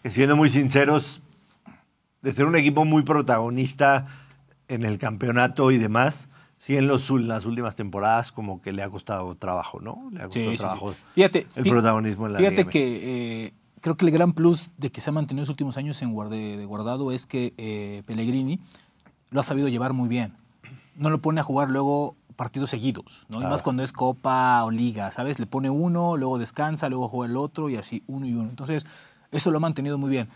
Speaker 1: Que siendo muy sinceros, de ser un equipo muy protagonista en el campeonato y demás, sí en los, ul- las últimas temporadas como que le ha costado trabajo, ¿no? Le ha
Speaker 4: Sí,
Speaker 1: costado
Speaker 4: sí, sí.
Speaker 1: trabajo
Speaker 4: Fíjate,
Speaker 1: el
Speaker 4: fí-
Speaker 1: protagonismo en la
Speaker 4: Fíjate
Speaker 1: Liga MX.
Speaker 4: que eh, creo que el gran plus de que se ha mantenido en los últimos años en guarde- de guardado es que eh, Pellegrini lo ha sabido llevar muy bien. No lo pone a jugar luego partidos seguidos, ¿no? Y
Speaker 1: Claro.
Speaker 4: más cuando es Copa o Liga, ¿sabes? Le pone uno, luego descansa, luego juega el otro y así uno y uno. Entonces, eso lo ha mantenido muy bien.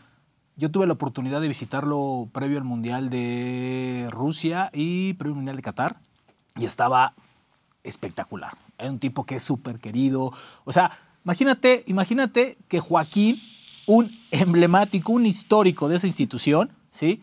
Speaker 4: Yo tuve la oportunidad de visitarlo previo al Mundial de Rusia y previo al Mundial de Qatar y estaba espectacular. Es un tipo que es súper querido. O sea, imagínate, imagínate que Joaquín, un emblemático, un histórico de esa institución, ¿sí?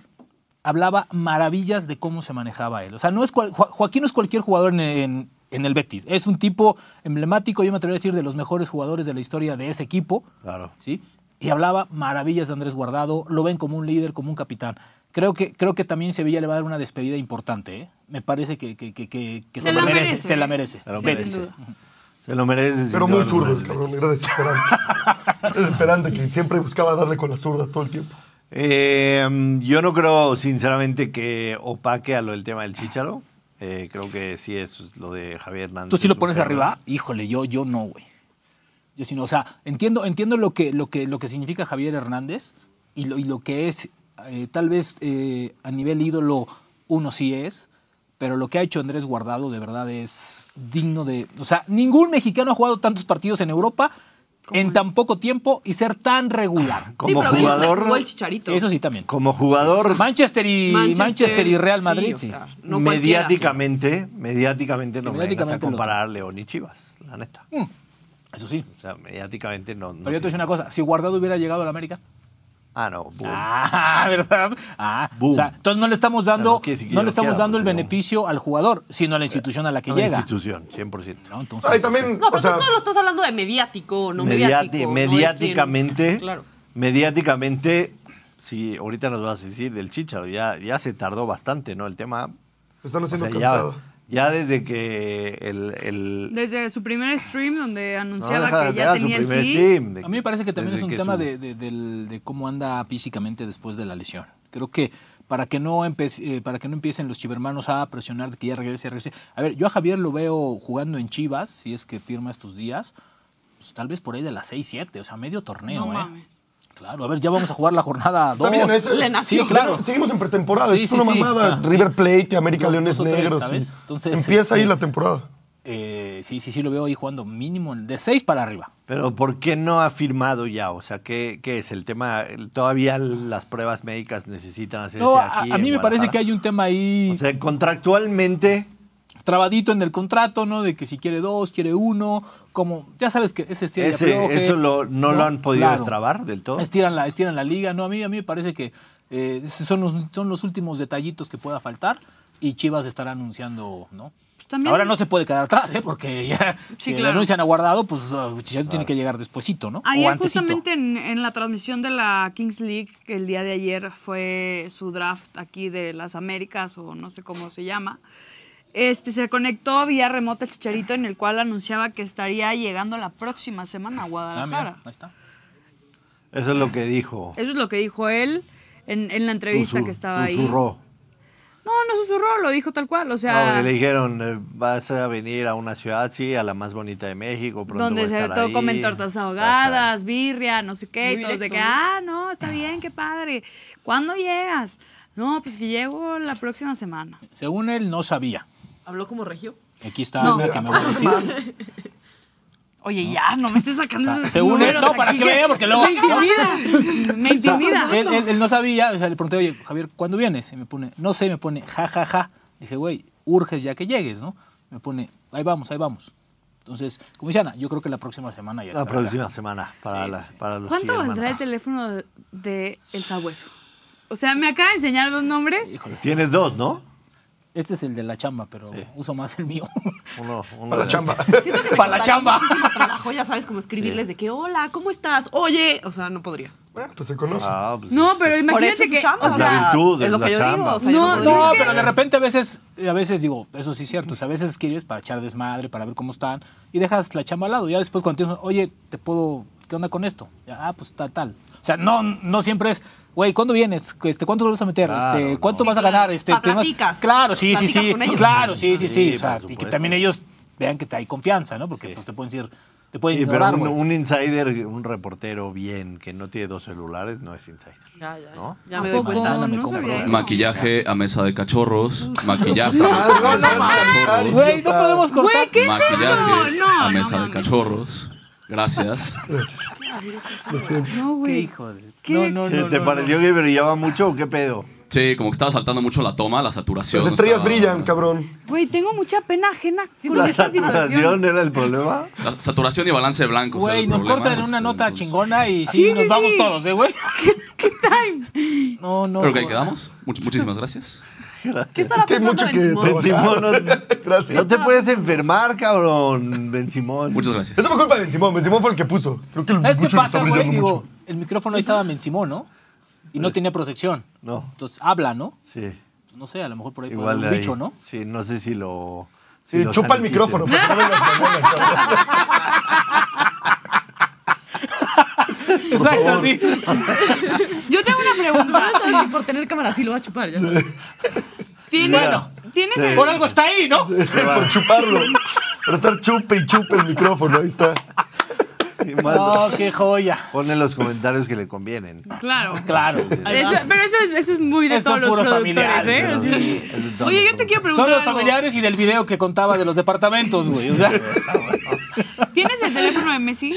Speaker 4: Hablaba maravillas de cómo se manejaba él. O sea, no es cual- Jo- Joaquín no es cualquier jugador en, en- en el Betis. Es un tipo emblemático, yo me atrevería a decir, de los mejores jugadores de la historia de ese equipo.
Speaker 1: Claro.
Speaker 4: ¿sí? Y hablaba maravillas de Andrés Guardado, lo ven como un líder, como un capitán. Creo que, creo que también Sevilla le va a dar una despedida importante, ¿eh? Me parece que, que- que- que- que
Speaker 2: Se la merece.
Speaker 4: Se la merece.
Speaker 1: Se lo
Speaker 4: Betis.
Speaker 1: merece.
Speaker 2: duda.
Speaker 1: Se lo merece. sin
Speaker 3: Pero
Speaker 1: duda
Speaker 3: muy zurdo
Speaker 1: alguna.
Speaker 3: el cabrón, era desesperante. desesperante que siempre buscaba darle con la zurda todo el tiempo.
Speaker 1: Eh, yo no creo, sinceramente, que opaque a lo del tema del Chícharo. Eh, creo que sí es lo de Javier Hernández.
Speaker 4: ¿Tú sí lo
Speaker 1: es un
Speaker 4: pones
Speaker 1: perro.
Speaker 4: arriba? Híjole, yo, yo no, güey. Yo sí no. O sea, entiendo, entiendo lo, que, lo, que, lo que significa Javier Hernández y lo, y lo que es, eh, tal vez eh, a nivel ídolo uno sí es, pero lo que ha hecho Andrés Guardado de verdad es digno de... O sea, ningún mexicano ha jugado tantos partidos en Europa en tan poco tiempo y ser tan regular.
Speaker 1: Como
Speaker 5: sí, pero ve los que
Speaker 1: jugador,
Speaker 5: jugó el chicharito.
Speaker 4: Eso sí también.
Speaker 1: como jugador
Speaker 4: Manchester y, Manchester, y Real Madrid,
Speaker 5: o
Speaker 4: sí.
Speaker 5: sea, no cualquiera.
Speaker 1: mediáticamente, mediáticamente no me vengas
Speaker 4: Mediáticamente
Speaker 1: a
Speaker 4: lo-
Speaker 1: comparar a León y Chivas, la neta.
Speaker 4: Mm, Eso sí.
Speaker 1: O sea, mediáticamente no. no
Speaker 4: Pero yo te voy a decir
Speaker 1: tiene-
Speaker 4: una cosa, si Guardado hubiera llegado a la América,
Speaker 1: Ah, no. bu-
Speaker 4: Ah, ¿verdad? Ah,
Speaker 1: Boom.
Speaker 4: o sea, entonces no le estamos dando,
Speaker 1: no
Speaker 4: no,
Speaker 1: quiere decir que yo
Speaker 4: le
Speaker 1: lo
Speaker 4: estamos
Speaker 1: quiera,
Speaker 4: dando el
Speaker 1: pues, no.
Speaker 4: beneficio al jugador, sino a la institución a la que
Speaker 1: no,
Speaker 4: llega.
Speaker 1: institución, 100%.
Speaker 4: ¿no? Entonces,
Speaker 3: Ay, también,
Speaker 5: No, pero
Speaker 3: o sea,
Speaker 5: tú solo estás hablando de mediático, no
Speaker 1: Mediati-
Speaker 5: mediático. no de quién.
Speaker 1: mediáticamente,
Speaker 5: Claro.
Speaker 1: mediáticamente, sí, ahorita nos vas a decir del Chicharo, ya, ya se tardó bastante, ¿no? El tema.
Speaker 3: están
Speaker 1: o
Speaker 3: haciendo
Speaker 1: sea,
Speaker 3: cansado.
Speaker 1: ya, ya desde que el. el-
Speaker 2: Desde su primer stream donde
Speaker 1: no,
Speaker 2: anunciaba
Speaker 1: deja-
Speaker 2: que
Speaker 1: deja
Speaker 2: ya
Speaker 1: su
Speaker 2: tenía el
Speaker 1: primer
Speaker 2: sí.
Speaker 1: team, de-
Speaker 4: A mí me parece que también
Speaker 1: desde
Speaker 4: es un
Speaker 1: que
Speaker 4: tema
Speaker 1: su-
Speaker 4: de, de- del- de cómo anda físicamente después de la lesión. Creo que para que no, empece- eh, para que no empiecen los chivermanos a presionar de que ya regrese, regrese. A ver, yo a Javier lo veo jugando en Chivas, si es que firma estos días, pues, tal vez por ahí de las 6, 7, o sea, medio torneo,
Speaker 2: No
Speaker 4: ¿eh?
Speaker 2: mames.
Speaker 4: Claro, a ver, ya vamos a jugar la jornada 2.
Speaker 3: bien, es-
Speaker 5: Le nació.
Speaker 4: Sí, claro.
Speaker 3: Seguimos en pretemporada,
Speaker 4: Sí,
Speaker 3: es
Speaker 4: sí,
Speaker 3: una
Speaker 4: sí,
Speaker 3: mamada.
Speaker 4: o sea,
Speaker 3: River Plate, América
Speaker 4: dos-
Speaker 3: Leones
Speaker 4: dos o tres,
Speaker 3: Negros.
Speaker 4: ¿sabes?
Speaker 3: sí.
Speaker 4: Entonces,
Speaker 3: Empieza ahí
Speaker 4: este-
Speaker 3: la temporada.
Speaker 4: Eh, sí, sí, sí, lo veo ahí jugando mínimo de 6 para arriba.
Speaker 1: Pero ¿por qué no ha firmado ya? O sea, ¿qué, qué es el tema? El- Todavía las pruebas médicas necesitan hacerse
Speaker 4: No, a,
Speaker 1: aquí.
Speaker 4: a
Speaker 1: en
Speaker 4: mí me parece
Speaker 1: Guadalajara?
Speaker 4: que hay un tema ahí
Speaker 1: O sea, contractualmente,
Speaker 4: trabadito en el contrato, ¿no? De que si quiere dos, quiere uno, como ya sabes que ese estira y
Speaker 1: ese-
Speaker 4: afloje,
Speaker 1: eso lo- no, lo han podido
Speaker 4: Claro. Este
Speaker 1: trabar del todo.
Speaker 4: Estiran la, estiran la liga, ¿no? A mí, a mí me parece que eh, son, los, son los últimos detallitos que pueda faltar y Chivas estará anunciando, ¿no?
Speaker 2: Pues también-
Speaker 4: Ahora no se puede quedar atrás, ¿eh? Porque ya
Speaker 2: Sí,
Speaker 4: si le
Speaker 2: claro.
Speaker 4: anuncian a guardado, pues ah, ya tiene que llegar despuesito, ¿no?
Speaker 2: Ayer
Speaker 4: antesito.
Speaker 2: justamente en, en la transmisión de la Kings League, que el día de ayer fue su draft aquí de las Américas o no sé cómo se llama, este, se conectó vía remota el Chicharito en el cual anunciaba que estaría llegando la próxima semana a
Speaker 4: Ah, mira,
Speaker 2: Guadalajara.
Speaker 4: ahí está.
Speaker 1: Eso es lo que dijo.
Speaker 2: Eso es lo que dijo él en, en la entrevista
Speaker 1: Susur-
Speaker 2: que estaba ahí.
Speaker 1: Susurró.
Speaker 2: No, no susurró, lo dijo tal cual, o
Speaker 1: No,
Speaker 2: sea,
Speaker 1: porque le dijeron, eh, vas a venir a una ciudad, sí, a la más bonita de México. Pronto
Speaker 2: donde
Speaker 1: voy a
Speaker 2: se
Speaker 1: estar
Speaker 2: todo
Speaker 1: ahí".
Speaker 2: comen tortas ahogadas, birria, no sé qué, y
Speaker 5: Muy
Speaker 2: todos de
Speaker 5: directo,
Speaker 2: que,
Speaker 5: ¿no?
Speaker 2: ah, no, está bien, qué padre. ¿Cuándo llegas? No, pues que llego la próxima semana.
Speaker 4: Según él, no sabía.
Speaker 5: ¿Habló como regio?
Speaker 4: Aquí está
Speaker 2: No. Ah,
Speaker 4: una que me voy a decir.
Speaker 2: Oye, ya, no me estés sacando esos
Speaker 4: Según él,
Speaker 2: números
Speaker 4: Ah, no, para
Speaker 2: aquí
Speaker 4: que vea, porque luego.
Speaker 2: Me intimida, me
Speaker 4: O sea,
Speaker 2: intimida.
Speaker 4: Él, él- él no sabía, o sea, le pregunté, oye, Javier, ¿cuándo vienes? Y me pone, no sé, me pone, ja, ja, ja. Dije, güey, urges ya que llegues, ¿no? Me pone, ahí vamos, ahí vamos. Entonces, como dice Ana, yo creo que la próxima semana ya
Speaker 1: La
Speaker 4: estará
Speaker 1: próxima semana para,
Speaker 4: Sí, sí,
Speaker 1: las-
Speaker 4: sí.
Speaker 1: para los
Speaker 2: ¿Cuánto
Speaker 1: chivermanos.
Speaker 2: valdrá el teléfono de, de El Sabueso? O sea, me acaba de enseñar dos nombres.
Speaker 4: Híjole,
Speaker 1: Tienes dos, ¿no?
Speaker 4: este es el de la chamba, pero uso más el mío.
Speaker 1: Uno, uno
Speaker 3: Para la
Speaker 1: de-
Speaker 3: chamba.
Speaker 5: Siento que me
Speaker 4: Para la
Speaker 5: costaría
Speaker 4: chamba.
Speaker 5: muchísimo trabajo, ya sabes, como escribirles de que, hola, ¿cómo estás? Oye, o sea, no podría.
Speaker 3: Bueno, pues se conoce.
Speaker 1: Ah, pues
Speaker 2: No,
Speaker 1: es-
Speaker 2: pero
Speaker 5: Por
Speaker 2: imagínate
Speaker 5: eso es su
Speaker 2: que.
Speaker 5: chamba,
Speaker 2: o
Speaker 1: la
Speaker 2: sea,
Speaker 1: virtud,
Speaker 5: es
Speaker 1: es
Speaker 5: lo
Speaker 1: la
Speaker 5: que yo
Speaker 1: chamba.
Speaker 5: digo, o sea, yo
Speaker 2: No,
Speaker 5: podría.
Speaker 4: No,
Speaker 2: es que-
Speaker 4: pero de repente a veces, a veces digo, eso sí es cierto, o sea, a veces escribes para echar desmadre, para ver cómo están, y dejas la chamba al lado, ya después cuando tienes, oye, te puedo, ¿qué onda con esto? Ya, ah, pues tal, tal. O sea, no, no siempre es, güey, ¿cuándo vienes? Este, ¿Cuántos vas a meter?
Speaker 1: Claro,
Speaker 4: este, ¿Cuánto
Speaker 1: no.
Speaker 4: vas a ganar? Este,
Speaker 5: Ah,
Speaker 4: ¿qué más?"
Speaker 5: platicas.
Speaker 4: Claro, sí, sí,
Speaker 5: Platicas
Speaker 4: sí.
Speaker 5: con ellos.
Speaker 4: Claro, sí, sí, sí.
Speaker 1: Sí,
Speaker 4: o sea,
Speaker 1: por
Speaker 4: y que
Speaker 1: supuesto.
Speaker 4: también ellos vean que te hay confianza, ¿no? Porque pues, te pueden decir, te pueden
Speaker 1: Sí, pero
Speaker 4: ignorar,
Speaker 1: un,
Speaker 4: güey.
Speaker 1: un insider, un reportero bien, que no tiene dos celulares, no es insider.
Speaker 5: Ya, ya,
Speaker 1: ¿No?
Speaker 5: ya me
Speaker 2: ¿A
Speaker 5: doy
Speaker 2: poco?
Speaker 5: cuenta.
Speaker 4: No me
Speaker 2: No sabía
Speaker 4: compro.
Speaker 2: eso.
Speaker 6: Maquillaje a mesa de cachorros. Maquillaje
Speaker 3: No,
Speaker 6: a
Speaker 3: no,
Speaker 6: mesa de
Speaker 3: no,
Speaker 6: cachorros.
Speaker 4: Güey, no podemos cortar.
Speaker 2: Güey, ¿qué es
Speaker 6: Maquillaje
Speaker 2: esto? No,
Speaker 6: a
Speaker 2: no,
Speaker 6: mesa de
Speaker 2: mames.
Speaker 6: cachorros. Gracias.
Speaker 2: No,
Speaker 4: ¿Qué
Speaker 2: güey.
Speaker 4: hijo de-
Speaker 2: ¿Qué?
Speaker 4: No, no,
Speaker 1: ¿Te-
Speaker 4: no,
Speaker 1: ¿Te
Speaker 4: no, no.
Speaker 1: pareció que brillaba mucho o qué pedo?
Speaker 6: Sí, como que estaba saltando mucho la toma, la saturación.
Speaker 3: Las
Speaker 6: no
Speaker 3: estrellas
Speaker 6: estaba-
Speaker 3: brillan, cabrón.
Speaker 2: Güey, tengo mucha pena ajena con
Speaker 1: ¿La
Speaker 2: esta situación.
Speaker 1: saturación era el problema?
Speaker 6: La saturación y balance de blancos. era
Speaker 4: Güey,
Speaker 6: el
Speaker 4: nos
Speaker 6: problema,
Speaker 4: cortan
Speaker 6: este,
Speaker 4: una nota
Speaker 6: entonces-
Speaker 4: chingona
Speaker 2: Sí,
Speaker 4: y Ah, sí,
Speaker 2: sí,
Speaker 4: nos vamos
Speaker 2: sí.
Speaker 4: todos, ¿eh, güey?
Speaker 2: ¿Qué time?
Speaker 4: No, no.
Speaker 6: Creo que ahí
Speaker 4: no.
Speaker 6: quedamos. Much- muchísimas gracias.
Speaker 5: ¿Qué estará
Speaker 3: Que hay
Speaker 5: pensando
Speaker 3: mucho
Speaker 5: Ben
Speaker 3: que
Speaker 5: Simón?
Speaker 1: Ben Simón, no,
Speaker 3: Gracias.
Speaker 1: no te puedes enfermar, cabrón, Ben Simón.
Speaker 6: Muchas gracias.
Speaker 3: Eso fue culpa de Ben Simón. Ben Simón fue el que puso. Creo que el
Speaker 4: ¿Sabes qué
Speaker 3: Bucho
Speaker 4: pasa,
Speaker 3: está
Speaker 4: güey?
Speaker 3: brillando
Speaker 4: Digo,
Speaker 3: mucho.
Speaker 4: el micrófono ahí estaba Mensimón, ¿no? Y no tenía protección.
Speaker 1: No,
Speaker 4: Entonces habla, ¿no?
Speaker 1: sí,
Speaker 4: No sé, a lo mejor por ahí puede
Speaker 1: igual de
Speaker 4: haber un
Speaker 1: ahí.
Speaker 4: bicho, ¿no?
Speaker 1: Sí, no sé si lo... si
Speaker 3: Sí,
Speaker 1: lo
Speaker 3: chupa el
Speaker 1: saniticen.
Speaker 3: micrófono. para que no vengas mañana, cabrón.
Speaker 4: Exacto, sí.
Speaker 2: Yo tengo una pregunta.
Speaker 5: No sabes si por tener cámara sí lo va a chupar. Ya sabes.
Speaker 2: ¿Tienes,
Speaker 1: Bueno.
Speaker 2: ¿tienes
Speaker 1: Sí.
Speaker 2: el-
Speaker 4: Por algo está ahí, ¿no?
Speaker 3: Por chuparlo. Para estar chupe y chupe el micrófono. Ahí está.
Speaker 1: Y más-
Speaker 4: No, qué joya.
Speaker 1: Ponle los comentarios que le convienen.
Speaker 2: Claro.
Speaker 4: Claro.
Speaker 2: Eso- pero eso, es- eso es muy de
Speaker 4: Esos
Speaker 2: todos los
Speaker 4: puros
Speaker 2: productores, ¿eh?
Speaker 4: familiares,
Speaker 2: O sea,
Speaker 4: sí.
Speaker 1: Eso es todo
Speaker 2: Oye, yo
Speaker 1: lo que
Speaker 2: te quiero preguntar
Speaker 4: Son los
Speaker 2: algo.
Speaker 4: familiares y del video que contaba de los departamentos, güey. O sea.
Speaker 2: ¿Tienes el teléfono de Messi?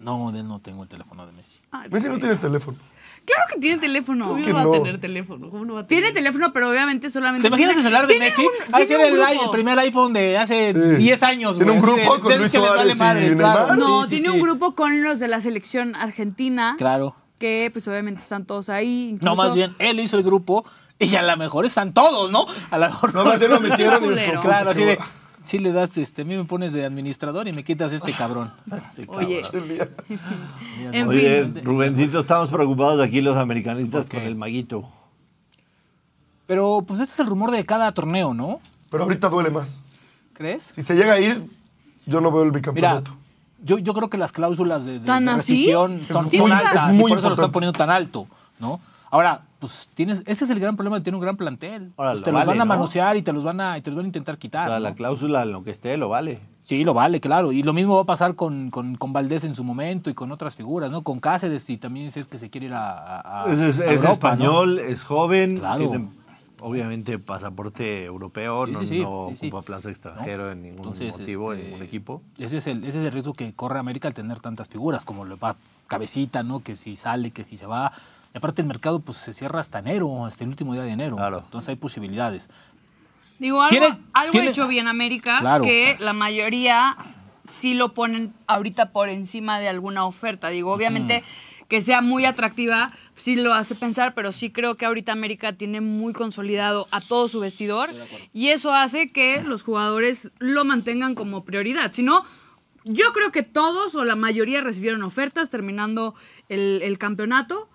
Speaker 4: No, de él no tengo el teléfono de Messi.
Speaker 3: Messi no tiene teléfono.
Speaker 2: Claro que tiene teléfono.
Speaker 5: Obvio
Speaker 3: Que
Speaker 5: no va
Speaker 3: no.
Speaker 5: a tener teléfono. ¿Cómo no va a tener?
Speaker 2: Tiene teléfono, pero obviamente solamente.
Speaker 4: ¿Te imaginas el
Speaker 2: tiene-
Speaker 4: celular de
Speaker 2: tiene
Speaker 4: Messi?
Speaker 2: un-
Speaker 4: Ha de ser
Speaker 2: tiene un
Speaker 4: el, i- el
Speaker 2: grupo.
Speaker 4: primer iPhone de hace
Speaker 3: Sí.
Speaker 4: 10 años, güey.
Speaker 3: Tiene un
Speaker 4: así
Speaker 3: grupo
Speaker 4: de-
Speaker 3: con
Speaker 4: de esos
Speaker 3: Luis
Speaker 4: que les
Speaker 3: Suárez y
Speaker 4: claro.
Speaker 3: Neymar.
Speaker 2: No,
Speaker 4: Sí, sí,
Speaker 2: tiene
Speaker 4: sí.
Speaker 2: un grupo con los de la selección argentina.
Speaker 4: Claro.
Speaker 2: Que pues obviamente están todos ahí.
Speaker 4: No,
Speaker 2: incluso-
Speaker 4: más bien, él hizo el grupo y a lo mejor están todos, ¿no? A lo mejor.
Speaker 3: No, más bien lo metieron y los
Speaker 2: Culero.
Speaker 4: Claro, así de.
Speaker 3: qué
Speaker 4: Si le das, este, a mí me pones de administrador y me quitas este cabrón.
Speaker 2: Oye, en
Speaker 1: Oye,
Speaker 2: fin.
Speaker 1: Rubencito, estamos preocupados aquí los americanistas con el maguito.
Speaker 4: Pero pues este es el rumor de cada torneo, ¿no?
Speaker 3: Pero ahorita duele más.
Speaker 4: ¿Crees?
Speaker 3: Si se llega a ir, yo no veo el
Speaker 4: Mira,
Speaker 3: bicampeonato.
Speaker 4: yo, yo creo que las cláusulas de, de,
Speaker 2: ¿Tan
Speaker 4: de
Speaker 2: así?
Speaker 4: rescisión son,
Speaker 3: muy-
Speaker 4: son
Speaker 3: es
Speaker 4: altas y
Speaker 3: muy
Speaker 4: por eso lo están
Speaker 3: importante.
Speaker 4: poniendo tan alto, ¿no? Ahora, pues tienes, ese es el gran problema de tener un gran plantel.
Speaker 1: Ahora,
Speaker 4: Pues
Speaker 1: lo
Speaker 4: te los
Speaker 1: vale,
Speaker 4: van a
Speaker 1: ¿no?
Speaker 4: manosear y te los van a, y te los van a intentar
Speaker 1: O
Speaker 4: quitar.
Speaker 1: sea,
Speaker 4: Ah, ¿no?
Speaker 1: la cláusula, lo que esté, lo vale.
Speaker 4: Sí, lo vale, claro. Y lo mismo va a pasar con, con, con Valdés en su momento y con otras figuras, ¿no? Con Cáceres, si también si es que se quiere ir a, a- a-
Speaker 1: Es, es-
Speaker 4: a
Speaker 1: es
Speaker 4: Ah, Europa, ¿no?
Speaker 1: español, es joven,
Speaker 4: Claro.
Speaker 1: tiene obviamente pasaporte europeo,
Speaker 4: Sí,
Speaker 1: no,
Speaker 4: sí, sí,
Speaker 1: no
Speaker 4: sí, sí.
Speaker 1: ocupa plaza extranjero en ningún
Speaker 4: Entonces,
Speaker 1: motivo, en
Speaker 4: este,
Speaker 1: ningún equipo.
Speaker 4: Ese es, el, ese es el riesgo que corre América al tener tantas figuras, como le va Cabecita, ¿no? Que si sale, que si se va. Y aparte el mercado pues se cierra hasta enero, hasta el último día de enero.
Speaker 1: Claro.
Speaker 4: Entonces hay posibilidades.
Speaker 2: Digo, algo,
Speaker 4: ¿Tiene-
Speaker 2: algo
Speaker 4: tiene-
Speaker 2: hecho bien América,
Speaker 4: Claro.
Speaker 2: que la mayoría sí lo ponen ahorita por encima de alguna oferta. Digo, obviamente que sea muy atractiva, sí lo hace pensar, pero sí creo que ahorita América tiene muy consolidado a todo su vestidor y eso hace que los jugadores lo mantengan como prioridad. Si no, yo creo que todos o la mayoría recibieron ofertas terminando el, el campeonato.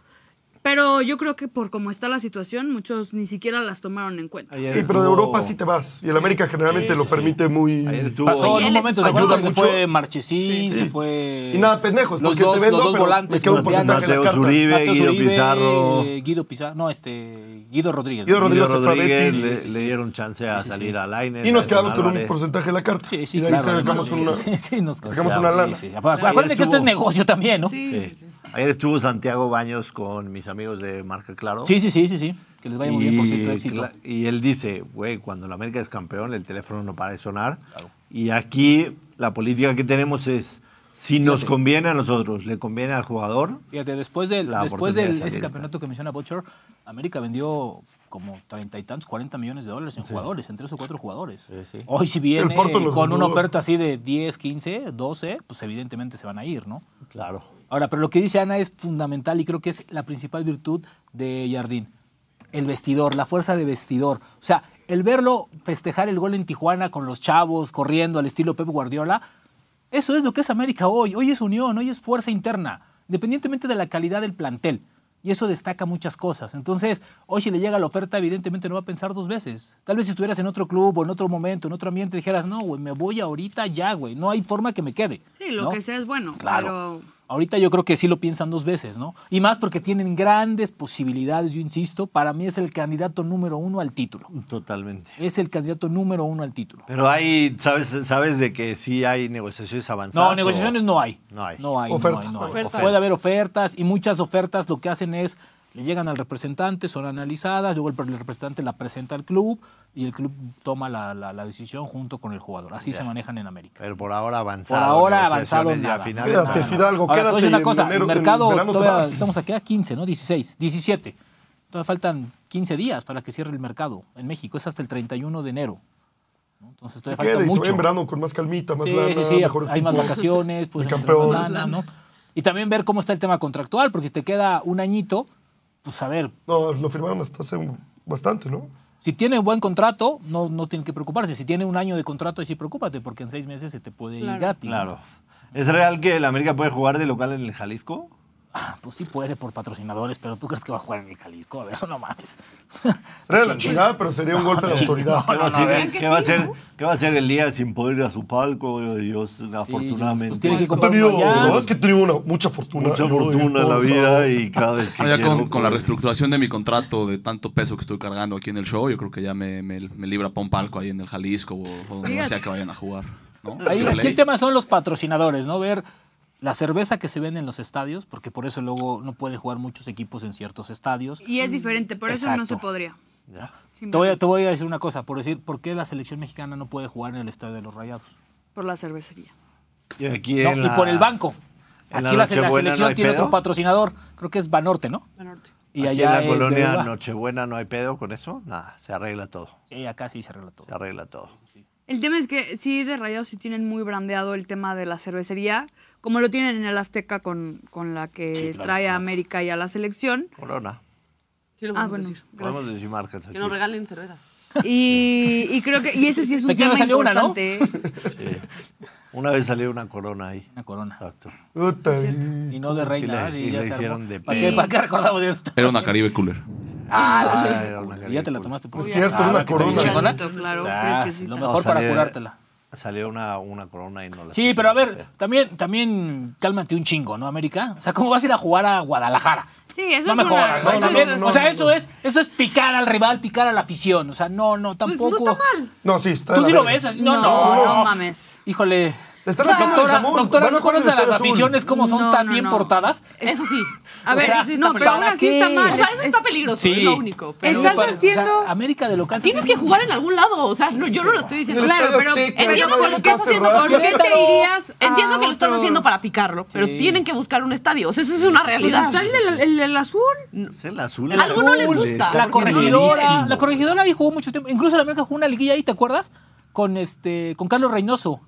Speaker 2: Pero yo creo que por cómo está la situación, muchos ni siquiera las tomaron en cuenta.
Speaker 1: Ayer
Speaker 3: Sí, pero de
Speaker 1: estuvo-
Speaker 3: Europa sí te vas. Y el América generalmente lo permite muy.
Speaker 1: Ayer estuvo-
Speaker 4: Pasó
Speaker 1: Oye,
Speaker 4: en
Speaker 5: él
Speaker 4: un
Speaker 5: es
Speaker 4: momento, ¿se
Speaker 5: español.
Speaker 4: acuerdan que
Speaker 3: Ayuda
Speaker 4: se fue
Speaker 3: mucho.
Speaker 4: Marchesín,
Speaker 3: Sí,
Speaker 4: se
Speaker 3: sí.
Speaker 4: fue...
Speaker 3: Y nada, pendejos,
Speaker 4: los
Speaker 3: porque
Speaker 4: dos,
Speaker 3: te vendo,
Speaker 4: los dos
Speaker 3: pero me
Speaker 4: volantes.
Speaker 3: queda un
Speaker 4: colombianos.
Speaker 3: porcentaje en la
Speaker 1: Mateus
Speaker 3: carta.
Speaker 1: Uribe,
Speaker 4: Mateus
Speaker 1: Pues, Guido
Speaker 4: Uribe,
Speaker 1: Pizarro.
Speaker 4: Guido Pizarro, no, este, Guido Rodríguez.
Speaker 3: Guido
Speaker 4: ¿no?
Speaker 1: Guido
Speaker 3: Rodríguez se fue a
Speaker 1: Rodríguez
Speaker 3: Betis.
Speaker 1: le,
Speaker 3: Sí, sí,
Speaker 1: le dieron chance a salir a Lainez.
Speaker 3: Y nos
Speaker 1: a
Speaker 3: quedamos con un
Speaker 1: Álvarez.
Speaker 3: porcentaje de la carta.
Speaker 4: Sí, sí,
Speaker 3: y de ahí
Speaker 4: claro, además,
Speaker 3: sacamos
Speaker 4: sí,
Speaker 3: una.
Speaker 4: Sí, sí, nos
Speaker 3: sacamos una lana.
Speaker 4: Sí, sí. Acu- Acuérdate que esto
Speaker 1: estuvo-
Speaker 4: es negocio también, ¿no?
Speaker 5: Sí, sí,
Speaker 1: Sí.
Speaker 5: sí.
Speaker 1: Ayer estuvo Santiago Baños con mis amigos de Marca Claro.
Speaker 4: Sí, sí, sí, sí, sí. Que les vaya muy bien por cierto
Speaker 1: Y
Speaker 4: éxito.
Speaker 1: cla- Y él dice, güey, cuando la América es campeón, el teléfono no para de sonar. Y aquí la política que tenemos es, si nos conviene a nosotros, le conviene al jugador,
Speaker 4: Fíjate, después del,
Speaker 1: La
Speaker 4: después
Speaker 1: oportunidad de
Speaker 4: del
Speaker 1: salir
Speaker 4: ese
Speaker 1: está.
Speaker 4: campeonato que menciona Butcher, América vendió como treinta y tantos, 40 millones de dólares en jugadores, en tres o cuatro jugadores. Hoy si viene
Speaker 3: Porto los
Speaker 4: con una
Speaker 3: desnudó.
Speaker 4: oferta así de 10, 15, 12, pues evidentemente se van a ir, ¿no?
Speaker 1: claro.
Speaker 4: Ahora, pero lo que dice Ana es fundamental y creo que es la principal virtud de Jardín. El vestidor, la fuerza de vestidor. O sea, el verlo festejar el gol en Tijuana con los chavos corriendo al estilo Pep Guardiola, eso es lo que es América hoy. Hoy es unión, hoy es fuerza interna, independientemente de la calidad del plantel. Y eso destaca muchas cosas. Entonces, hoy si le llega la oferta, evidentemente no va a pensar dos veces. Tal vez si estuvieras en otro club o en otro momento, en otro ambiente, dijeras, no, güey, me voy ahorita ya, güey. No hay forma que me quede.
Speaker 2: Sí, lo
Speaker 4: ¿no?
Speaker 2: que sea es bueno,
Speaker 4: Claro.
Speaker 2: pero
Speaker 4: Ahorita yo creo que sí lo piensan dos veces, ¿no? Y más porque tienen grandes posibilidades, yo insisto, para mí es el candidato número uno al título.
Speaker 1: Totalmente.
Speaker 4: Es el candidato número uno al título.
Speaker 1: Pero hay, ¿sabes, sabes de que sí hay negociaciones avanzadas?
Speaker 4: No, negociaciones no hay.
Speaker 1: No hay.
Speaker 4: No hay.
Speaker 3: Ofertas,
Speaker 4: no hay, no hay.
Speaker 5: ofertas.
Speaker 4: Puede haber ofertas y muchas ofertas lo que hacen es le llegan al representante, son analizadas, luego el el representante la presenta al club y el club toma la, la- la decisión junto con el jugador. Así se manejan en América.
Speaker 1: Pero por ahora avanzado.
Speaker 4: Por ahora avanzado
Speaker 1: negociaciones y
Speaker 4: nada.
Speaker 1: a finales,
Speaker 3: Quédate,
Speaker 1: nada.
Speaker 3: Fidal. Fidalgo,
Speaker 4: Ahora, te voy a decir
Speaker 3: quédate
Speaker 4: una cosa,
Speaker 3: en enero,
Speaker 4: el
Speaker 3: en
Speaker 4: mercado
Speaker 3: verano te
Speaker 4: todavía
Speaker 3: vas.
Speaker 4: estamos aquí a 15, ¿no? 16, 17. Todavía faltan 15 días para que cierre el mercado en México, es hasta el 31 de enero. ¿no?
Speaker 3: Se
Speaker 4: Entonces todavía
Speaker 3: queda
Speaker 4: falta
Speaker 3: y se va
Speaker 4: mucho.
Speaker 3: en verano con más calmita, más
Speaker 4: sí,
Speaker 3: lana,
Speaker 4: sí, sí,
Speaker 3: mejor
Speaker 4: hay más
Speaker 3: equipo.
Speaker 4: vacaciones, pues
Speaker 3: El
Speaker 4: entre más
Speaker 3: campeón.
Speaker 4: lana, ¿no? Y también ver cómo está el tema contractual, porque si te queda un añito, pues a ver,
Speaker 3: No, lo firmaron hasta hace un- bastante, ¿no?
Speaker 4: si tiene buen contrato, no, no tiene que preocuparse. Si tiene un año de contrato, ahí sí preocúpate, porque en seis meses se te puede ir gratis. ¿no?
Speaker 1: Claro. ¿Es real que el América puede jugar de local en el Jalisco?
Speaker 4: Pues sí puede por patrocinadores, pero ¿tú crees que va a jugar en el Jalisco? A ver, no mames.
Speaker 3: Era la chingada, pero sería un golpe de autoridad.
Speaker 1: ¿Qué va a
Speaker 5: no,
Speaker 1: hacer-
Speaker 5: vean que
Speaker 1: qué va a
Speaker 5: sí,
Speaker 1: hacer- qué va a hacer el día sin poder ir a su palco? Dios, afortunadamente.
Speaker 4: pues tiene que
Speaker 3: Ha
Speaker 4: comprar
Speaker 3: tenido,
Speaker 4: uno ya.
Speaker 3: la verdad es que he tenido una, mucha fortuna.
Speaker 1: mucha
Speaker 3: Yo doy
Speaker 1: fortuna en la
Speaker 3: todo,
Speaker 1: vida
Speaker 3: ¿sabes?
Speaker 1: y cada vez que
Speaker 6: No, ya con,
Speaker 1: quiero,
Speaker 6: con la
Speaker 1: pues,
Speaker 6: reestructuración de mi contrato, de tanto peso que estoy cargando aquí en el show, yo creo que ya me, me, me libra para un palco ahí en el Jalisco o, o donde
Speaker 2: Fíjate.
Speaker 6: sea que vayan a jugar. ¿no?
Speaker 4: Ahí,
Speaker 6: Play.
Speaker 4: aquí el tema son los patrocinadores, ¿no? Ver la cerveza que se vende en los estadios, porque por eso luego no pueden jugar muchos equipos en ciertos estadios.
Speaker 2: y es diferente, por eso no se
Speaker 4: Exacto.
Speaker 2: podría.
Speaker 1: ya.
Speaker 4: Te voy, a, te voy a decir una cosa, por decir, ¿por qué la selección mexicana no puede jugar en el estadio de los Rayados?
Speaker 2: Por la cervecería.
Speaker 1: Y, aquí
Speaker 4: No,
Speaker 1: en
Speaker 4: y por
Speaker 1: la-
Speaker 4: el banco.
Speaker 1: en la
Speaker 4: Aquí la, se- la
Speaker 1: Nochebuena no
Speaker 4: selección
Speaker 1: hay
Speaker 4: tiene
Speaker 1: pedo.
Speaker 4: otro patrocinador, creo que es Banorte, ¿no?
Speaker 5: Banorte.
Speaker 4: Y
Speaker 1: aquí
Speaker 4: allá
Speaker 1: en
Speaker 4: es
Speaker 1: la colonia
Speaker 4: BBVA.
Speaker 1: Nochebuena no hay pedo con eso. Nada, se arregla todo.
Speaker 4: Sí, acá sí se arregla todo.
Speaker 1: Se arregla todo.
Speaker 2: El tema es que sí, de Rayados sí tienen muy brandeado el tema de la cervecería, como lo tienen en el Azteca con, con la que trae a América y a la selección.
Speaker 1: Corona.
Speaker 5: Sí lo
Speaker 2: Ah,
Speaker 5: podemos
Speaker 2: bueno,
Speaker 5: decir.
Speaker 1: Podemos
Speaker 2: gracias.
Speaker 1: decir marcas aquí.
Speaker 5: Que nos regalen cervezas.
Speaker 2: Y, y creo que y ese sí es un
Speaker 4: Aquí ya me
Speaker 2: tema
Speaker 4: salió una, ¿no?
Speaker 2: importante. ¿eh?
Speaker 1: Sí. Una vez salió una corona ahí.
Speaker 4: Una corona.
Speaker 1: Exacto.
Speaker 3: Puta,
Speaker 4: Y no de reina.
Speaker 1: le-
Speaker 4: sí,
Speaker 1: y le
Speaker 4: ya se armó.
Speaker 1: hicieron de
Speaker 4: ¿Para
Speaker 1: pedo.
Speaker 4: qué, para qué recordamos esto?
Speaker 6: Era una Caribe Cooler.
Speaker 1: Ah, era una
Speaker 4: Y ya te la
Speaker 1: carícula.
Speaker 4: tomaste por
Speaker 3: Es cierto, era una
Speaker 4: que está bien
Speaker 3: corona.
Speaker 4: chingona.
Speaker 2: Claro,
Speaker 4: Ah,
Speaker 2: fresquecita.
Speaker 4: Lo mejor
Speaker 1: Salía
Speaker 4: para
Speaker 1: de-
Speaker 4: curártela.
Speaker 1: Salió una, una corona y no la
Speaker 4: Sí, pero a ver, también, también cálmate un chingo, ¿no, América? O sea, ¿cómo vas a ir a jugar a Guadalajara?
Speaker 2: Sí, eso
Speaker 4: No
Speaker 2: es
Speaker 4: me
Speaker 2: una.
Speaker 4: jodas, ¿no?
Speaker 2: eso es-
Speaker 4: También,
Speaker 3: no, no,
Speaker 4: o sea,
Speaker 3: no.
Speaker 4: eso es, eso es picar al rival, picar a la afición. O sea, no, no,
Speaker 5: Pues no
Speaker 4: tampoco.
Speaker 5: está mal.
Speaker 3: No, sí, está de
Speaker 4: Tú
Speaker 3: la
Speaker 4: sí lo
Speaker 3: verga.
Speaker 4: ves así. No, no,
Speaker 2: no,
Speaker 4: no.
Speaker 2: no mames.
Speaker 4: Híjole.
Speaker 3: Te están
Speaker 4: doctora,
Speaker 3: haciendo el jamón.
Speaker 4: doctora,
Speaker 3: Van a
Speaker 4: ¿no
Speaker 3: jugar en
Speaker 4: conoces a
Speaker 3: el
Speaker 4: las
Speaker 3: Estadio
Speaker 4: aficiones cómo son
Speaker 2: No,
Speaker 4: tan
Speaker 2: no,
Speaker 4: bien
Speaker 2: no.
Speaker 4: portadas?
Speaker 5: Eso sí.
Speaker 2: A ver,
Speaker 4: sea,
Speaker 2: sí, no, pero aún
Speaker 4: ¿para
Speaker 2: así
Speaker 4: qué?
Speaker 2: está mal.
Speaker 5: O sea, eso está peligroso,
Speaker 4: Sí.
Speaker 5: es lo único. pero-
Speaker 2: Estás
Speaker 4: O sea,
Speaker 2: haciendo-
Speaker 4: América de local. se
Speaker 5: Tienes que
Speaker 4: siente-
Speaker 5: jugar en algún lado. O sea, no, yo no lo estoy diciendo.
Speaker 3: En el
Speaker 5: Claro,
Speaker 3: Estadio
Speaker 5: pero
Speaker 3: Azteca,
Speaker 5: entiendo
Speaker 3: ya
Speaker 5: que lo estás
Speaker 3: está
Speaker 5: haciendo
Speaker 3: cerrado.
Speaker 5: por-
Speaker 2: ¿Por qué te irías a
Speaker 5: Entiendo que lo estás
Speaker 2: otro-
Speaker 5: haciendo para picarlo, pero
Speaker 4: Sí.
Speaker 5: tienen que buscar un estadio. O sea, eso es una
Speaker 2: Pues
Speaker 5: realidad.
Speaker 2: está el, del- el del azul.
Speaker 1: Es el azul.
Speaker 5: El Alguno azul, les gusta.
Speaker 1: está
Speaker 4: La
Speaker 5: Porque es
Speaker 4: corregidora.
Speaker 1: buenísimo.
Speaker 4: La corregidora ahí jugó mucho tiempo. Incluso la América jugó una liguilla ahí, ¿te acuerdas? Con este. Con Carlos Reynoso.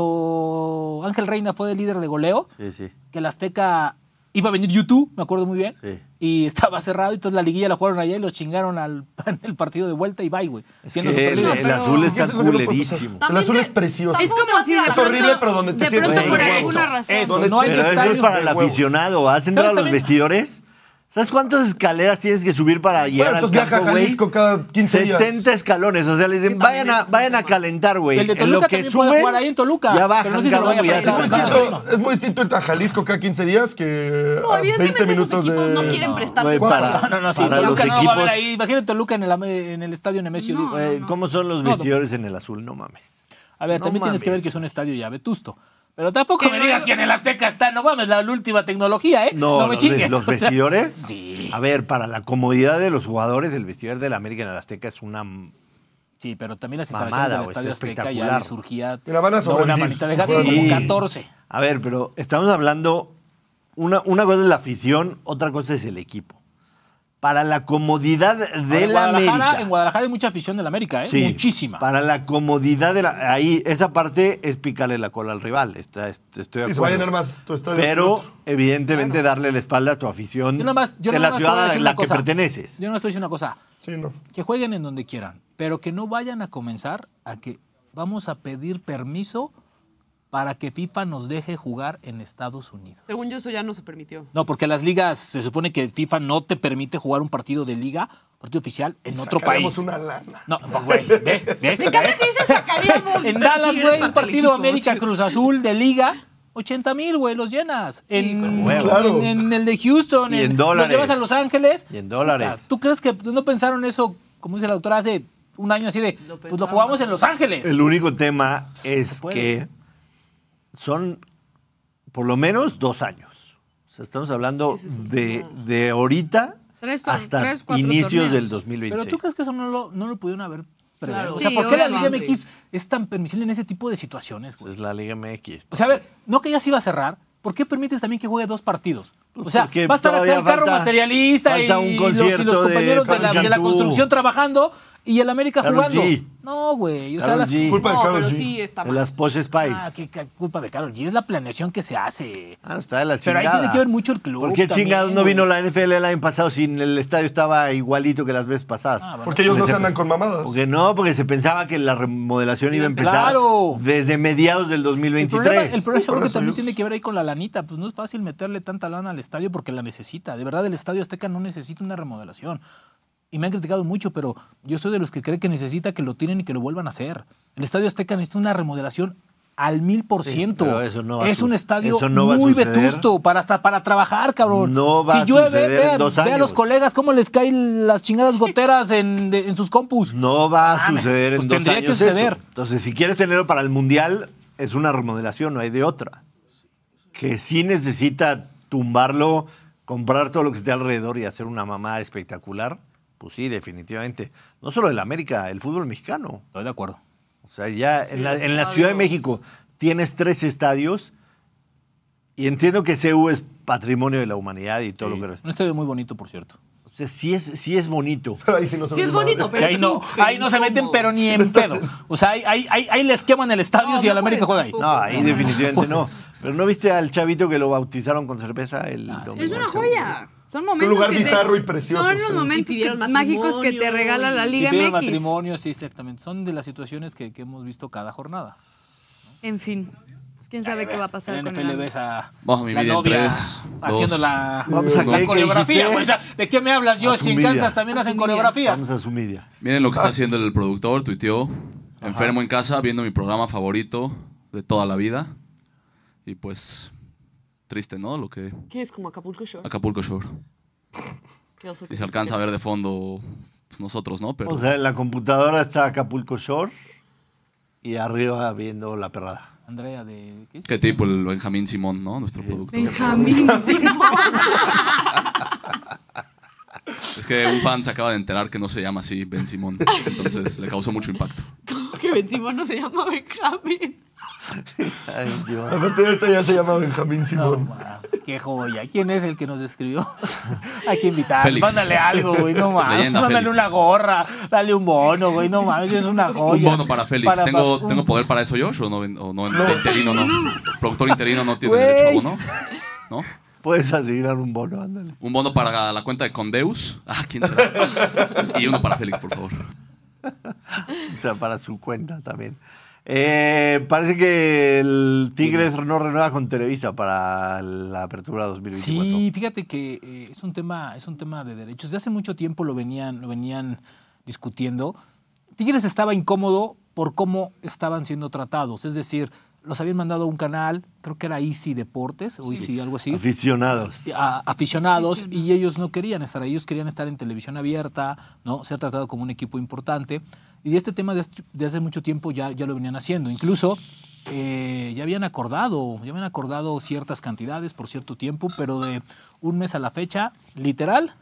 Speaker 4: Cuando Ángel Reina fue el líder de goleo.
Speaker 1: Sí, sí.
Speaker 4: que el Azteca iba a venir YouTube, me acuerdo muy bien.
Speaker 1: Sí.
Speaker 4: Y estaba cerrado, y entonces la liguilla la jugaron allá y los chingaron al en el partido de vuelta y bye, güey. Siendo
Speaker 1: que el,
Speaker 4: superlíder.
Speaker 1: el
Speaker 2: pero-
Speaker 1: azul está
Speaker 3: Eso es lo que no puede
Speaker 1: culerísimo.
Speaker 5: pasar.
Speaker 3: El azul
Speaker 5: También
Speaker 3: es
Speaker 5: te-
Speaker 3: precioso.
Speaker 2: Es como si de
Speaker 5: Es
Speaker 2: pronto-
Speaker 3: horrible, pero donde te
Speaker 2: De
Speaker 3: sientes
Speaker 2: pronto
Speaker 1: bien.
Speaker 2: por
Speaker 1: Eso,
Speaker 2: alguna razón.
Speaker 4: eso,
Speaker 3: ¿Dónde
Speaker 4: no hay
Speaker 1: Pero eso es
Speaker 4: estadio.
Speaker 1: para el
Speaker 3: de huevos.
Speaker 1: aficionado. ¿Has entrado a
Speaker 4: ¿Sabes
Speaker 1: los
Speaker 4: también?
Speaker 1: vestidores? ¿Sabes cuántas escaleras tienes que subir para llegar
Speaker 3: Bueno, entonces
Speaker 1: al
Speaker 3: viaja a
Speaker 1: campo, güey?
Speaker 3: Jalisco cada 15 días.
Speaker 1: 70 escalones, o sea, les dicen,
Speaker 5: Que también
Speaker 1: vayan a,
Speaker 5: es un
Speaker 1: vayan a
Speaker 5: tema.
Speaker 1: calentar, güey.
Speaker 4: El de
Speaker 1: En lo
Speaker 4: Toluca
Speaker 1: que
Speaker 4: también puede
Speaker 1: suben,
Speaker 4: jugar ahí en Toluca,
Speaker 1: Ya
Speaker 4: pero
Speaker 1: bajan,
Speaker 4: no sé si lo
Speaker 1: cabrón,
Speaker 4: vaya a
Speaker 1: ya
Speaker 4: apretar.
Speaker 1: se
Speaker 3: Es
Speaker 4: No,
Speaker 3: muy
Speaker 1: bajaron.
Speaker 4: no,
Speaker 3: distinto, es muy distinto irte a Jalisco cada 15 días que
Speaker 5: No,
Speaker 3: a 20
Speaker 5: evidentemente esos
Speaker 3: minutos
Speaker 5: equipos
Speaker 3: de...
Speaker 5: no quieren prestarse
Speaker 1: Güey,
Speaker 5: su
Speaker 1: para-
Speaker 5: cuerpo.
Speaker 4: No, no, no, sí,
Speaker 1: Para
Speaker 4: Toluca
Speaker 1: los
Speaker 4: no va a haber
Speaker 1: equipos-
Speaker 4: ahí. Imagínate Toluca en el, ame- en el estadio Nemesio.
Speaker 2: No.
Speaker 4: Díaz.
Speaker 1: Eh, ¿Cómo son los
Speaker 4: No,
Speaker 1: vestidores en el azul? No mames.
Speaker 4: A ver,
Speaker 1: No
Speaker 4: también tienes que
Speaker 1: mames.
Speaker 4: ver que es un estadio ya vetusto. Pero tampoco
Speaker 2: Que
Speaker 4: me
Speaker 2: no-
Speaker 4: digas que en el Azteca está, no mames, la última tecnología, ¿eh?
Speaker 1: No,
Speaker 4: me
Speaker 1: los,
Speaker 4: chingues.
Speaker 1: los
Speaker 4: o sea,
Speaker 1: vestidores.
Speaker 4: sí.
Speaker 1: A ver, para la comodidad de los jugadores, el vestidor del América en el Azteca es una.
Speaker 4: Sí, pero también las
Speaker 1: Mamada,
Speaker 4: instalaciones del
Speaker 1: güey,
Speaker 4: Estadio
Speaker 1: está
Speaker 4: Azteca ya
Speaker 1: espectacular.
Speaker 4: le surgía
Speaker 3: Mira, van a
Speaker 4: no, una
Speaker 3: sobrevivir.
Speaker 4: manita de gato,
Speaker 3: Sí.
Speaker 4: como 14.
Speaker 1: A ver, pero estamos hablando. Una, una cosa es la afición, otra cosa es el equipo. Para la comodidad
Speaker 4: Ahora,
Speaker 1: de
Speaker 4: en
Speaker 1: la
Speaker 4: Guadalajara-
Speaker 1: América.
Speaker 4: En Guadalajara hay mucha afición del América, ¿eh?
Speaker 1: Sí,
Speaker 4: Muchísima.
Speaker 1: Para la comodidad de la. Ahí, esa parte es picarle la cola al rival. Está, est- estoy de
Speaker 3: Y se
Speaker 1: acuerdo.
Speaker 3: va a llenar más tu estadio.
Speaker 1: Pero, evidentemente, darle la espalda a tu afición
Speaker 4: Yo nada más, yo
Speaker 1: de
Speaker 4: nada
Speaker 1: la
Speaker 4: más te voy a
Speaker 1: ciudad a
Speaker 4: decir
Speaker 1: la
Speaker 4: una
Speaker 1: que
Speaker 4: cosa.
Speaker 1: perteneces.
Speaker 4: Yo no estoy diciendo una cosa.
Speaker 3: Sí, no.
Speaker 4: Que jueguen en donde quieran, pero que no vayan a comenzar a que vamos a pedir permiso para que FIFA nos deje jugar en Estados Unidos.
Speaker 5: Según yo, eso ya no se permitió.
Speaker 4: No, porque las ligas, se supone que FIFA no te permite jugar un partido de liga, partido oficial, en otro
Speaker 3: Sacaremos
Speaker 4: país.
Speaker 3: una lana.
Speaker 4: No, pues, güey, ve, ve,
Speaker 5: Me encanta que dices sacaríamos.
Speaker 4: En Dallas,
Speaker 5: Sí,
Speaker 4: güey,
Speaker 5: para
Speaker 4: un
Speaker 5: el
Speaker 4: partido
Speaker 5: equipo,
Speaker 4: América
Speaker 5: chido.
Speaker 4: Cruz Azul de liga. 80 mil, güey, los llenas. en,
Speaker 1: pero-
Speaker 3: Claro.
Speaker 4: en, en el de Houston.
Speaker 1: Y en dólares.
Speaker 4: Los llevas a Los Ángeles.
Speaker 1: Y en dólares.
Speaker 4: Puta, ¿Tú crees que no pensaron eso, como dice la autora, hace un año así de,
Speaker 5: Lo
Speaker 4: pues lo
Speaker 5: pensaron.
Speaker 4: jugamos en Los Ángeles?
Speaker 1: El único tema es
Speaker 4: puede.
Speaker 1: que son por lo menos dos años. O sea, estamos hablando de, de ahorita
Speaker 2: Ah. Tres tor-
Speaker 1: hasta
Speaker 2: tres, cuatro
Speaker 1: inicios
Speaker 2: torneos.
Speaker 1: del 2026.
Speaker 4: Pero tú crees que eso no lo, no lo pudieron haber previsto.
Speaker 5: Claro.
Speaker 4: O sea,
Speaker 2: Sí,
Speaker 4: ¿por qué la Liga
Speaker 5: obviamente.
Speaker 4: MX es tan permisible en ese tipo de situaciones, güey?
Speaker 1: Es Pues la Liga MX.
Speaker 4: O sea, a ver, no que ya se iba a cerrar, ¿por qué permites también que juegue dos partidos? O
Speaker 1: Pues
Speaker 4: sea,
Speaker 1: Porque
Speaker 4: va a estar acá
Speaker 1: todavía
Speaker 4: el carro
Speaker 1: falta-
Speaker 4: materialista y,
Speaker 1: falta un
Speaker 4: los- y los,
Speaker 1: concierto de
Speaker 4: compañeros de, la,
Speaker 1: Karol
Speaker 4: de la
Speaker 1: G.
Speaker 4: construcción trabajando y el América
Speaker 1: Karol
Speaker 4: jugando.
Speaker 1: G.
Speaker 4: No, güey. O sea,
Speaker 1: Karol
Speaker 4: las,
Speaker 1: G.
Speaker 3: Culpa
Speaker 5: No,
Speaker 3: de Karol
Speaker 5: pero
Speaker 3: G.
Speaker 5: sí está
Speaker 1: de
Speaker 5: mal.
Speaker 1: las Posh Spice.
Speaker 4: Ah, qué ca- culpa de Carol G. Es la planeación que se hace.
Speaker 1: Ah, está de la
Speaker 4: Pero ahí
Speaker 1: chingada.
Speaker 4: tiene que ver mucho el club
Speaker 1: ¿Por qué
Speaker 4: también,
Speaker 1: chingados no
Speaker 4: güey?
Speaker 1: vino la NFL el año pasado si el estadio estaba igualito que las veces pasadas?
Speaker 4: Ah, bueno.
Speaker 3: Porque ellos no
Speaker 1: Ese-
Speaker 3: se andan con mamadas.
Speaker 1: Porque no, porque se pensaba que la remodelación iba a empezar
Speaker 4: Claro.
Speaker 1: desde mediados del
Speaker 4: El problema,
Speaker 1: 2023.
Speaker 4: el problema yo creo que
Speaker 3: eso
Speaker 4: también
Speaker 3: yo-
Speaker 4: tiene que ver ahí con la lanita. Pues no es fácil meterle tanta lana al estadio porque la necesita. De verdad, el estadio Azteca no necesita una remodelación. Y me han criticado mucho, pero yo soy de los que cree que necesita que lo tiren y que lo vuelvan a hacer. El estadio Azteca necesita una remodelación al mil por ciento.
Speaker 1: pero eso no va a
Speaker 4: es un
Speaker 1: su-
Speaker 4: estadio
Speaker 1: eso no va a
Speaker 4: muy
Speaker 1: suceder.
Speaker 4: vetusto para hasta para trabajar, cabrón.
Speaker 1: No va a
Speaker 4: si llueve,
Speaker 1: suceder
Speaker 4: ve,
Speaker 1: en dos
Speaker 4: ve a los
Speaker 1: años.
Speaker 4: colegas cómo les caen las chingadas goteras en, de- en sus compus.
Speaker 1: No va a
Speaker 4: Ah,
Speaker 1: suceder
Speaker 4: pues
Speaker 1: en dos
Speaker 4: tendría
Speaker 1: años
Speaker 4: que suceder.
Speaker 1: eso. Entonces, si quieres tenerlo para el Mundial, es una remodelación, no hay de otra. Que sí necesita tumbarlo, comprar todo lo que esté alrededor y hacer una mamá espectacular, pues sí, definitivamente. No solo el América, el fútbol mexicano.
Speaker 4: Estoy de acuerdo.
Speaker 1: O sea, ya en, la,
Speaker 5: los
Speaker 1: en la Ciudad de
Speaker 5: estadios.
Speaker 1: México tienes tres estadios y entiendo que CU es patrimonio de la humanidad y todo lo que...
Speaker 4: Un estadio muy bonito, por cierto.
Speaker 1: O sea, sí es, sí es bonito.
Speaker 3: Pero ahí sí no se
Speaker 5: Sí,
Speaker 3: ve
Speaker 5: es
Speaker 3: nada.
Speaker 5: bonito, pero
Speaker 4: ahí
Speaker 5: es
Speaker 4: no,
Speaker 5: súper
Speaker 4: ahí no se meten,
Speaker 5: incómodo.
Speaker 4: pero ni en pedo. O sea, ahí, ahí, ahí, ahí les queman el estadio
Speaker 5: No,
Speaker 4: si el
Speaker 5: no
Speaker 4: América juega
Speaker 5: puedes
Speaker 4: ahí.
Speaker 5: tampoco.
Speaker 1: No, ahí definitivamente no. Pero ¿no viste al chavito que lo bautizaron con cerveza el domingo?
Speaker 2: Es una joya. Son momentos
Speaker 3: lugar
Speaker 2: que te-
Speaker 3: bizarro y precioso,
Speaker 2: Son los
Speaker 3: sí.
Speaker 5: Y
Speaker 2: momentos que-
Speaker 5: pidieron
Speaker 2: mágicos que te
Speaker 5: matrimonio
Speaker 2: regala la
Speaker 5: y-
Speaker 4: Y
Speaker 2: Liga
Speaker 4: piden
Speaker 2: MX.
Speaker 4: matrimonio, sí, exactamente. Son de las situaciones que, que hemos visto cada jornada.
Speaker 2: En fin. Pues, ¿Quién sabe qué va a pasar
Speaker 4: En
Speaker 2: con
Speaker 4: NFL
Speaker 2: el América?
Speaker 4: ves a
Speaker 6: Vamos, mi
Speaker 4: la
Speaker 6: vida, en
Speaker 4: novia
Speaker 6: tres,
Speaker 4: haciendo
Speaker 6: dos,
Speaker 4: la,
Speaker 1: Vamos a
Speaker 4: la
Speaker 1: qué,
Speaker 4: coreografía.
Speaker 1: ¿qué
Speaker 4: güey. O sea, ¿De qué me hablas yo?
Speaker 1: A su
Speaker 4: Si en
Speaker 1: media.
Speaker 4: Kansas también
Speaker 5: A
Speaker 4: hacen
Speaker 5: su media.
Speaker 4: coreografías.
Speaker 3: Ah.
Speaker 1: Vamos a su media.
Speaker 6: Miren lo que está haciendo el productor, tuiteó. enfermo en casa, viendo mi programa favorito de toda la vida. Y pues, triste, ¿no? Lo que
Speaker 5: ¿Qué es como Acapulco Shore?
Speaker 6: Acapulco Shore.
Speaker 5: Qué oso
Speaker 6: Y
Speaker 5: que-
Speaker 6: se alcanza a ver de fondo pues, nosotros, ¿no? Pero
Speaker 1: O sea, en la computadora está Acapulco Shore y arriba viendo la perrada.
Speaker 4: Andrea de... ¿qué es?
Speaker 6: qué tipo el Benjamín Simón, ¿no? Nuestro productor.
Speaker 2: Benjamín.
Speaker 6: Es que un fan se acaba de enterar que no se llama así Ben Simón. Entonces le causó mucho impacto.
Speaker 5: ¿Cómo que Benzimo no se llama Benjamín?
Speaker 1: Ay, Dios.
Speaker 3: Aparte, ahorita ya se llama Benjamín
Speaker 4: No,
Speaker 3: Simón.
Speaker 4: ma, qué joya. ¿Quién es el que nos escribió? Hay que invitar.
Speaker 6: Félix.
Speaker 4: Mándale algo, güey. No mames.
Speaker 6: Leyenda,
Speaker 4: Mándale
Speaker 6: Félix.
Speaker 4: una gorra. Dale un mono, güey. No mames. Es una joya.
Speaker 6: Un bono para Félix.
Speaker 4: Para-
Speaker 6: ¿Tengo,
Speaker 4: para-
Speaker 6: ¿Tengo
Speaker 4: un-
Speaker 6: poder para eso, Josh? ¿O no? ¿O no? Interino no. Productor interino no tiene
Speaker 4: Güey.
Speaker 6: derecho a bono. ¿No?
Speaker 1: Puedes asignar un bono, ándale.
Speaker 6: Un bono para la cuenta de Condeus. Ah, ¿quién será? Y uno para Félix, por favor.
Speaker 1: O sea, para su cuenta también. Eh, parece que el Tigres no renueva con Televisa para la apertura 2024.
Speaker 4: Sí, fíjate que eh, es un tema, es un tema de derechos. De hace mucho tiempo lo venían, lo venían discutiendo. Tigres estaba incómodo por cómo estaban siendo tratados. Es decir, los habían mandado a un canal, creo que era Easy Deportes o Easy algo así.
Speaker 1: Aficionados.
Speaker 4: a- aficionados y ellos no querían estar ahí, ellos querían estar en televisión abierta, ¿no? Ser tratado como un equipo importante. Y este tema de, de hace mucho tiempo ya, ya lo venían haciendo. Incluso eh, ya habían acordado, ya habían acordado ciertas cantidades por cierto tiempo, pero de un mes a la fecha, literal,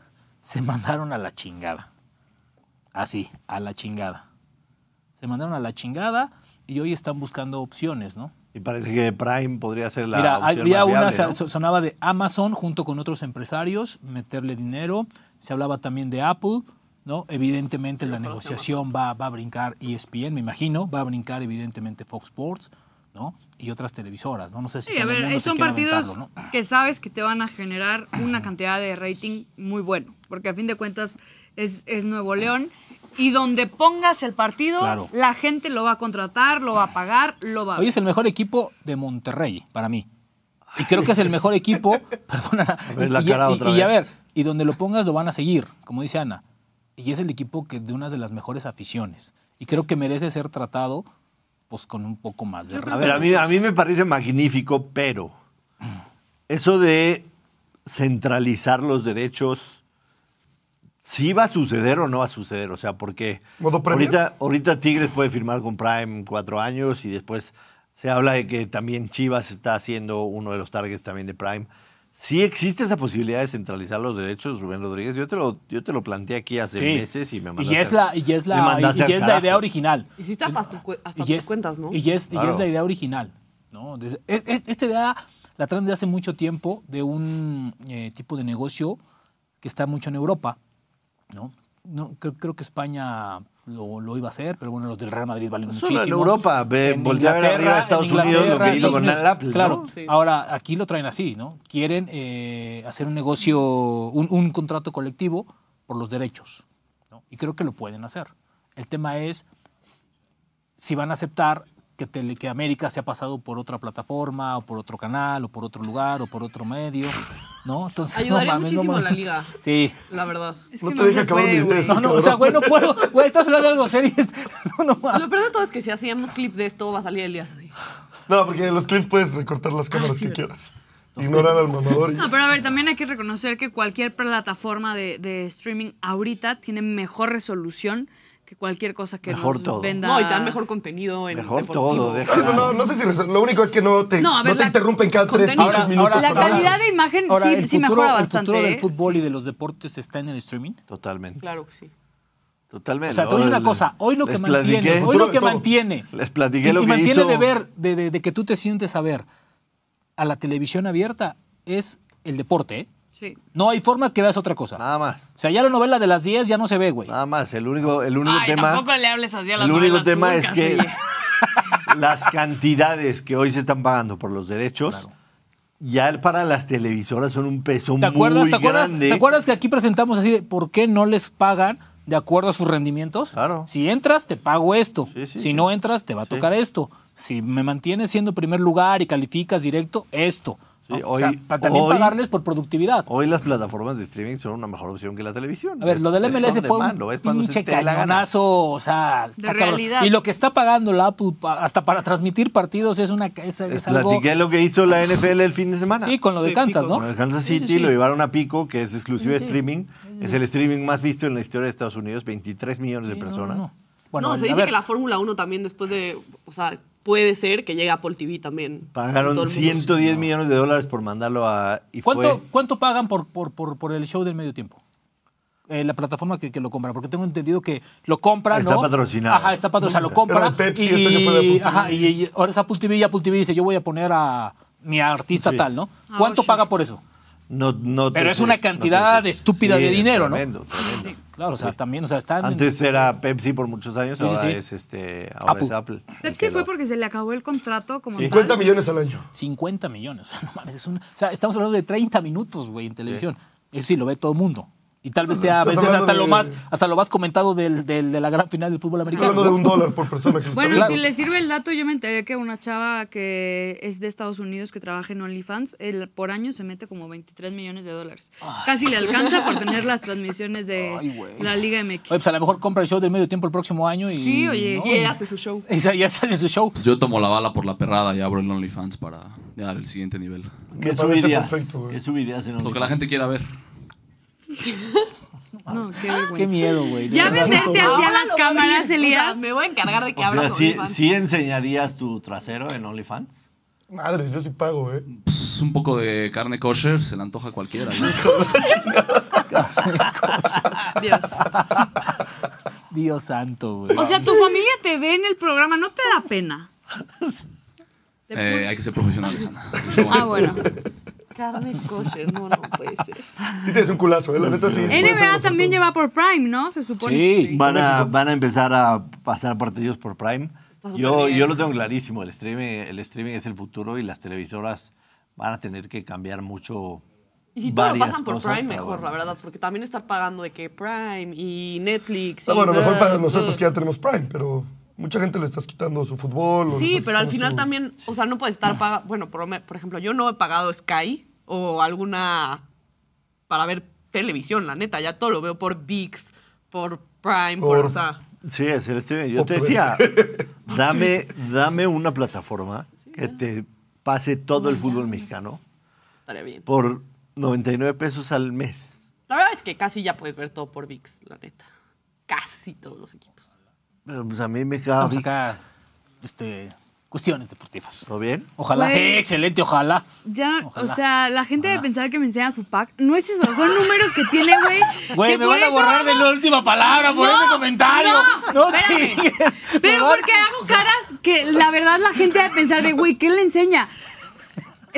Speaker 4: se mandaron a la chingada. Así, a la chingada. Se mandaron a la chingada y hoy están buscando opciones, ¿no?
Speaker 1: Y parece que Prime podría ser la
Speaker 4: Mira,
Speaker 1: opción
Speaker 4: había
Speaker 1: más
Speaker 4: una,
Speaker 1: viable,
Speaker 4: sa-
Speaker 1: ¿no?
Speaker 4: so- sonaba de Amazon junto con otros empresarios, meterle dinero. Se hablaba también de Apple, ¿no? Evidentemente la negociación va, va a brincar E ESPN, me imagino. Va a brincar evidentemente Fox Sports, ¿no? Y otras televisoras, ¿no? No sé si...
Speaker 2: Sí, a
Speaker 4: también
Speaker 2: ver,
Speaker 4: uno se
Speaker 2: son
Speaker 4: quiera
Speaker 2: partidos
Speaker 4: aventarlo, ¿no?
Speaker 2: que sabes que te van a generar una cantidad de rating muy bueno, porque a fin de cuentas es, es Nuevo León y donde pongas el partido,
Speaker 4: Claro.
Speaker 2: la gente lo va a contratar, lo va a pagar, lo va a...
Speaker 4: Hoy es el mejor equipo de Monterrey, para mí. Y creo que es el mejor equipo, perdona.
Speaker 1: ver
Speaker 4: y-
Speaker 1: la
Speaker 4: y,
Speaker 1: cara
Speaker 4: y-
Speaker 1: otra
Speaker 4: y a
Speaker 1: vez.
Speaker 4: ver, y donde lo pongas lo van a seguir, como dice Ana. Y es el equipo que de una de las mejores aficiones. Y creo que merece ser tratado pues con un poco más de
Speaker 1: A
Speaker 4: respeto.
Speaker 1: ver, a mí, a mí me parece magnífico, pero eso de centralizar los derechos, ¿sí va a suceder o no va a suceder? O sea, porque
Speaker 3: ¿Modo Premier?
Speaker 1: ahorita, ahorita Tigres puede firmar con Prime cuatro años y después se habla de que también Chivas está haciendo uno de los targets también de Prime. ¿Sí existe esa posibilidad de centralizar los derechos, Rubén Rodríguez? Yo te lo, yo te lo planteé aquí hace
Speaker 4: Sí.
Speaker 1: meses y me mandaste.
Speaker 4: Y es la, y es
Speaker 1: me
Speaker 4: la,
Speaker 1: mandaste
Speaker 4: y- y
Speaker 1: al
Speaker 4: es la
Speaker 1: carajo.
Speaker 4: idea original.
Speaker 5: Hiciste hasta, tu cue- hasta
Speaker 4: Y
Speaker 5: tus
Speaker 4: es-
Speaker 5: cuentas, ¿no?
Speaker 4: Y es, y
Speaker 1: Claro.
Speaker 4: es la idea original. ¿no? Desde- es- es- esta idea la traen de hace mucho tiempo de un eh, tipo de negocio que está mucho en Europa. ¿no? No, creo, creo que España lo, lo iba a hacer, pero bueno, los del Real Madrid valen
Speaker 1: Solo Pues en
Speaker 4: muchísimo.
Speaker 1: Europa, ve, voltea a ver arriba a
Speaker 4: Inglaterra-
Speaker 1: Estados
Speaker 4: en
Speaker 1: Unidos, lo que
Speaker 4: Inglaterra,
Speaker 1: hizo
Speaker 4: Estados
Speaker 1: con
Speaker 4: Unidos.
Speaker 1: el Apple, ¿no?
Speaker 4: Claro,
Speaker 5: Sí.
Speaker 4: ahora aquí lo traen así, ¿no? Quieren eh, hacer un negocio, un, un contrato colectivo por los derechos. ¿no? Y creo que lo pueden hacer. El tema es si van a aceptar que, tele- que América se ha pasado por otra plataforma, o por otro canal, o por otro lugar, o por otro medio, ¿no? Entonces,
Speaker 5: Ayudaría
Speaker 4: mames,
Speaker 5: muchísimo a
Speaker 4: mames.
Speaker 5: la liga,
Speaker 4: Sí.
Speaker 5: la verdad.
Speaker 2: Es
Speaker 3: No
Speaker 2: que
Speaker 3: te deja
Speaker 2: se
Speaker 3: acabar
Speaker 2: puede,
Speaker 3: mi
Speaker 2: güey.
Speaker 3: idea.
Speaker 4: No, no, o sea, güey, no puedo. Güey, estás hablando de algo serio. No, no, mames.
Speaker 5: Lo peor de todo es que si hacíamos clip de esto, va a salir Elías así.
Speaker 3: No, porque en los clips puedes recortar las cámaras
Speaker 5: sí, Ah,
Speaker 3: que
Speaker 5: ¿verdad?
Speaker 3: quieras. Ignorar al mamador. y-
Speaker 2: No, pero a ver, también hay que reconocer que cualquier plataforma de, de streaming ahorita tiene mejor resolución que cualquier cosa que
Speaker 1: Mejor
Speaker 2: nos
Speaker 1: todo.
Speaker 2: venda.
Speaker 5: No, y dan mejor contenido en
Speaker 1: Mejor
Speaker 5: deportivo.
Speaker 1: todo, deja-
Speaker 3: No, no, no sé si resuelve. Lo único es que no te,
Speaker 2: No, a ver,
Speaker 3: no te
Speaker 2: la-
Speaker 3: interrumpen cada tres
Speaker 5: contenido.
Speaker 3: pinches
Speaker 5: Ahora-
Speaker 3: minutos.
Speaker 2: ahora- La
Speaker 3: para-
Speaker 2: calidad de imagen sí-
Speaker 4: Ahora, el
Speaker 2: sí
Speaker 4: futuro-
Speaker 2: mejora
Speaker 4: El
Speaker 2: bastante,
Speaker 4: futuro
Speaker 2: ¿eh?
Speaker 4: del fútbol y de los deportes está en el streaming.
Speaker 1: Totalmente.
Speaker 5: Claro que sí.
Speaker 1: Totalmente.
Speaker 4: O sea, te voy a decir una
Speaker 1: Les-
Speaker 4: cosa, hoy lo que
Speaker 1: les
Speaker 4: mantiene,
Speaker 1: platiqué-
Speaker 4: hoy lo
Speaker 3: Todo,
Speaker 4: que
Speaker 3: todo.
Speaker 4: mantiene,
Speaker 1: Les platiqué lo
Speaker 4: y
Speaker 1: que
Speaker 4: mantiene
Speaker 1: hizo-
Speaker 4: de ver, de, de- de que tú te sientes a ver a la televisión abierta es el deporte, ¿eh?
Speaker 2: Sí.
Speaker 4: No hay forma que veas otra cosa.
Speaker 1: Nada más.
Speaker 4: O sea, ya la novela de las 10 ya no se ve, güey.
Speaker 1: Nada más. El único, el único
Speaker 2: Ay,
Speaker 1: tema,
Speaker 2: tampoco le hables así a las
Speaker 1: el único
Speaker 2: novelas
Speaker 1: tema es
Speaker 2: turcas,
Speaker 1: que
Speaker 2: oye.
Speaker 1: las cantidades que hoy se están pagando por los derechos ya para las televisoras son un peso
Speaker 4: ¿Te acuerdas,
Speaker 1: muy
Speaker 4: ¿te, acuerdas,
Speaker 1: grande.
Speaker 4: ¿Te acuerdas que aquí presentamos así de por qué no les pagan de acuerdo a sus rendimientos?
Speaker 1: Claro.
Speaker 4: Si entras, te pago esto.
Speaker 1: Sí, sí,
Speaker 4: si
Speaker 1: sí.
Speaker 4: no entras, te va a tocar esto. Si me mantienes siendo primer lugar y calificas directo, esto.
Speaker 1: Sí,
Speaker 4: O sea,
Speaker 1: hoy-
Speaker 4: para también
Speaker 1: hoy-
Speaker 4: pagarles por productividad.
Speaker 1: Hoy las plataformas de streaming son una mejor opción que la televisión.
Speaker 4: A ver,
Speaker 1: Es-
Speaker 4: lo del
Speaker 1: es
Speaker 4: MLS
Speaker 1: on
Speaker 4: fue
Speaker 1: demand, lo
Speaker 4: un
Speaker 1: ves cuando se
Speaker 4: pinche
Speaker 1: te dé la gana.
Speaker 4: cañonazo, o sea, está cabrón.
Speaker 2: realidad.
Speaker 4: Y lo que está pagando la Apple pa- hasta para transmitir partidos es una ca- es, es
Speaker 1: Les
Speaker 4: algo
Speaker 1: platiqué lo que hizo la NFL el fin de semana.
Speaker 4: Sí, con lo de
Speaker 5: Sí,
Speaker 4: Kansas,
Speaker 5: pico.
Speaker 4: ¿no?
Speaker 1: Bueno, el Kansas
Speaker 4: Sí,
Speaker 1: City
Speaker 4: sí, sí.
Speaker 1: lo llevaron a Pico, que es exclusiva de streaming. Es el streaming más visto en la historia de Estados Unidos, 23 millones de
Speaker 4: Sí, no,
Speaker 1: personas.
Speaker 4: no, no. Bueno,
Speaker 5: no, se
Speaker 4: a
Speaker 5: dice
Speaker 4: ver,
Speaker 5: que la Fórmula 1 también después de. O sea, puede ser que llegue a Apple TV también. Todo
Speaker 1: Pagaron
Speaker 5: el mundo-
Speaker 1: 110 millones de dólares por mandarlo a... Y
Speaker 4: ¿cuánto,
Speaker 1: fue-
Speaker 4: ¿cuánto pagan por, por, por, por el show del medio tiempo? Eh, la plataforma que, que lo compra, porque tengo entendido que lo compra,
Speaker 1: Está
Speaker 4: ¿no?
Speaker 1: patrocinado.
Speaker 4: Ajá, está patrocinado, lo
Speaker 3: Era
Speaker 4: compra.
Speaker 3: de Pepsi,
Speaker 4: y,
Speaker 3: este que fue de Apple TV.
Speaker 4: ajá, y, y ahora es Apple TV y Apple TV dice, yo voy a poner a mi artista
Speaker 1: Sí.
Speaker 4: tal, ¿no?
Speaker 2: Ah,
Speaker 4: ¿Cuánto
Speaker 2: sí.
Speaker 4: paga por eso?
Speaker 1: No, no te
Speaker 4: Pero es
Speaker 1: sé,
Speaker 4: una
Speaker 1: no te
Speaker 4: cantidad
Speaker 1: sé.
Speaker 4: estúpida de
Speaker 1: es
Speaker 4: dinero, ¿no?
Speaker 1: tremendo, tremendo.
Speaker 4: Claro, o sea, también, o sea, están...
Speaker 1: Antes era Pepsi por muchos años,
Speaker 4: Sí, sí,
Speaker 1: ahora
Speaker 4: sí.
Speaker 1: es este, ahora
Speaker 4: Apple.
Speaker 1: es Apple.
Speaker 2: Pepsi fue porque se le acabó el contrato como
Speaker 3: 50
Speaker 2: tal.
Speaker 3: millones al año.
Speaker 4: 50 millones. O sea, no mames, es una- o sea, estamos hablando de 30 minutos, güey, en televisión. Eso sí lo ve todo el mundo. Y tal vez sea a
Speaker 3: Estás
Speaker 4: veces hasta
Speaker 3: hablando
Speaker 4: lo
Speaker 3: de-
Speaker 4: más, hasta lo más comentado del- del- de la gran final del fútbol
Speaker 3: Estoy hablando
Speaker 4: americano.
Speaker 3: de
Speaker 4: ¿no?
Speaker 3: un dólar por persona que lo
Speaker 2: Bueno,
Speaker 3: está
Speaker 2: si
Speaker 3: viendo.
Speaker 2: les sirve el dato, yo me enteré que una chava que es de Estados Unidos que trabaja en OnlyFans, el, por año se mete como 23 millones de dólares. Casi le alcanza por tener las transmisiones de
Speaker 4: Ay, güey.
Speaker 2: la Liga MX.
Speaker 4: Oye, pues a lo mejor compra el show del medio tiempo el próximo año y.
Speaker 2: Sí, oye,
Speaker 4: ¿no?
Speaker 5: Y él hace su show.
Speaker 4: Y sa- ya sale su show.
Speaker 6: Pues yo tomo la bala por la perrada y abro el OnlyFans para ya dar el siguiente nivel. Pues
Speaker 1: ¿Qué
Speaker 3: Me parece
Speaker 1: subirías?
Speaker 3: perfecto, güey.
Speaker 1: ¿Qué subirías en
Speaker 6: Lo que
Speaker 1: OnlyFans?
Speaker 6: la gente quiera ver.
Speaker 1: pues,
Speaker 2: no, qué vergüenza.
Speaker 4: Qué miedo, güey. de
Speaker 2: Ya
Speaker 4: verdad.
Speaker 2: venderte hacia
Speaker 5: Ahora
Speaker 2: las
Speaker 5: lo voy a abrir. O
Speaker 2: cámaras,
Speaker 5: sea,
Speaker 2: Elías.
Speaker 5: me voy a encargar de que
Speaker 1: O sea,
Speaker 5: abras
Speaker 1: ¿sí,
Speaker 5: OnlyFans.
Speaker 1: sí enseñarías tu trasero en OnlyFans?
Speaker 3: Madre, yo sí pago, ¿eh?
Speaker 6: Pues, un poco de carne kosher se le antoja a cualquiera. ¿no?
Speaker 5: Dios.
Speaker 4: Dios santo, güey.
Speaker 2: O sea, tu familia te ve en el programa, no te da pena.
Speaker 6: Eh, hay que ser profesionales, Ana. El show
Speaker 2: Ah,
Speaker 6: anda.
Speaker 2: bueno.
Speaker 5: Carne kosher, no, no puede ser.
Speaker 3: Sí tienes un culazo, ¿eh? La neta sí. puedes
Speaker 2: NBA
Speaker 3: hacerlo.
Speaker 2: también lleva por Prime, ¿no? Se supone.
Speaker 4: Sí.
Speaker 1: Van a, van a empezar a pasar partidos por Prime.
Speaker 5: Está súper
Speaker 1: Yo,
Speaker 5: bien.
Speaker 1: yo lo tengo clarísimo, el streaming, el streaming es el futuro y las televisoras van a tener que cambiar mucho.
Speaker 5: Y si todo lo
Speaker 1: varias
Speaker 5: pasan por
Speaker 1: cosas
Speaker 5: Prime,
Speaker 1: para-
Speaker 5: mejor, la verdad, porque también estar pagando de que Prime y Netflix.
Speaker 3: Ah,
Speaker 5: y
Speaker 3: bueno,
Speaker 5: bla,
Speaker 3: mejor para
Speaker 5: bla,
Speaker 3: nosotros que
Speaker 5: bla.
Speaker 3: ya tenemos Prime, pero mucha gente le estás quitando su fútbol. o le
Speaker 5: Sí,
Speaker 3: estás
Speaker 5: pero al
Speaker 3: quitando
Speaker 5: final
Speaker 3: su-
Speaker 5: también, o sea, no puedes
Speaker 3: Ah.
Speaker 5: estar pagando. Bueno, por, lo me- por ejemplo, yo no he pagado Sky o alguna para ver televisión, la neta. Ya todo lo veo por VIX, por Prime, por,
Speaker 3: Por-
Speaker 5: o sea.
Speaker 1: Sí, es el streaming. Yo te
Speaker 3: Por-
Speaker 1: decía, dame, dame una plataforma que te pase todo el fútbol mexicano
Speaker 5: Estaría bien.
Speaker 1: por 99 pesos al mes.
Speaker 5: La verdad es que casi ya puedes ver todo por VIX, la neta. Casi todos los equipos.
Speaker 1: Pero pues a mí me cae
Speaker 4: Ah, Vamos acá. Este, cuestiones deportivas.
Speaker 1: ¿Todo bien?
Speaker 4: Ojalá,
Speaker 2: Güey.
Speaker 4: sí, excelente, ojalá.
Speaker 2: Ya,
Speaker 4: Ojalá.
Speaker 2: o sea, la gente debe pensar que me enseña su pack. No es eso, son números que tiene, güey.
Speaker 4: Güey,
Speaker 2: que
Speaker 4: me
Speaker 2: por
Speaker 4: van a
Speaker 2: eso
Speaker 4: borrar de
Speaker 2: hago-
Speaker 4: la última palabra por
Speaker 2: No,
Speaker 4: ese comentario.
Speaker 2: no,
Speaker 4: No,
Speaker 2: espérame.
Speaker 4: chingues. Me
Speaker 2: Pero
Speaker 4: van-
Speaker 2: porque hago caras que la verdad la gente debe pensar de, güey, ¿qué le enseña?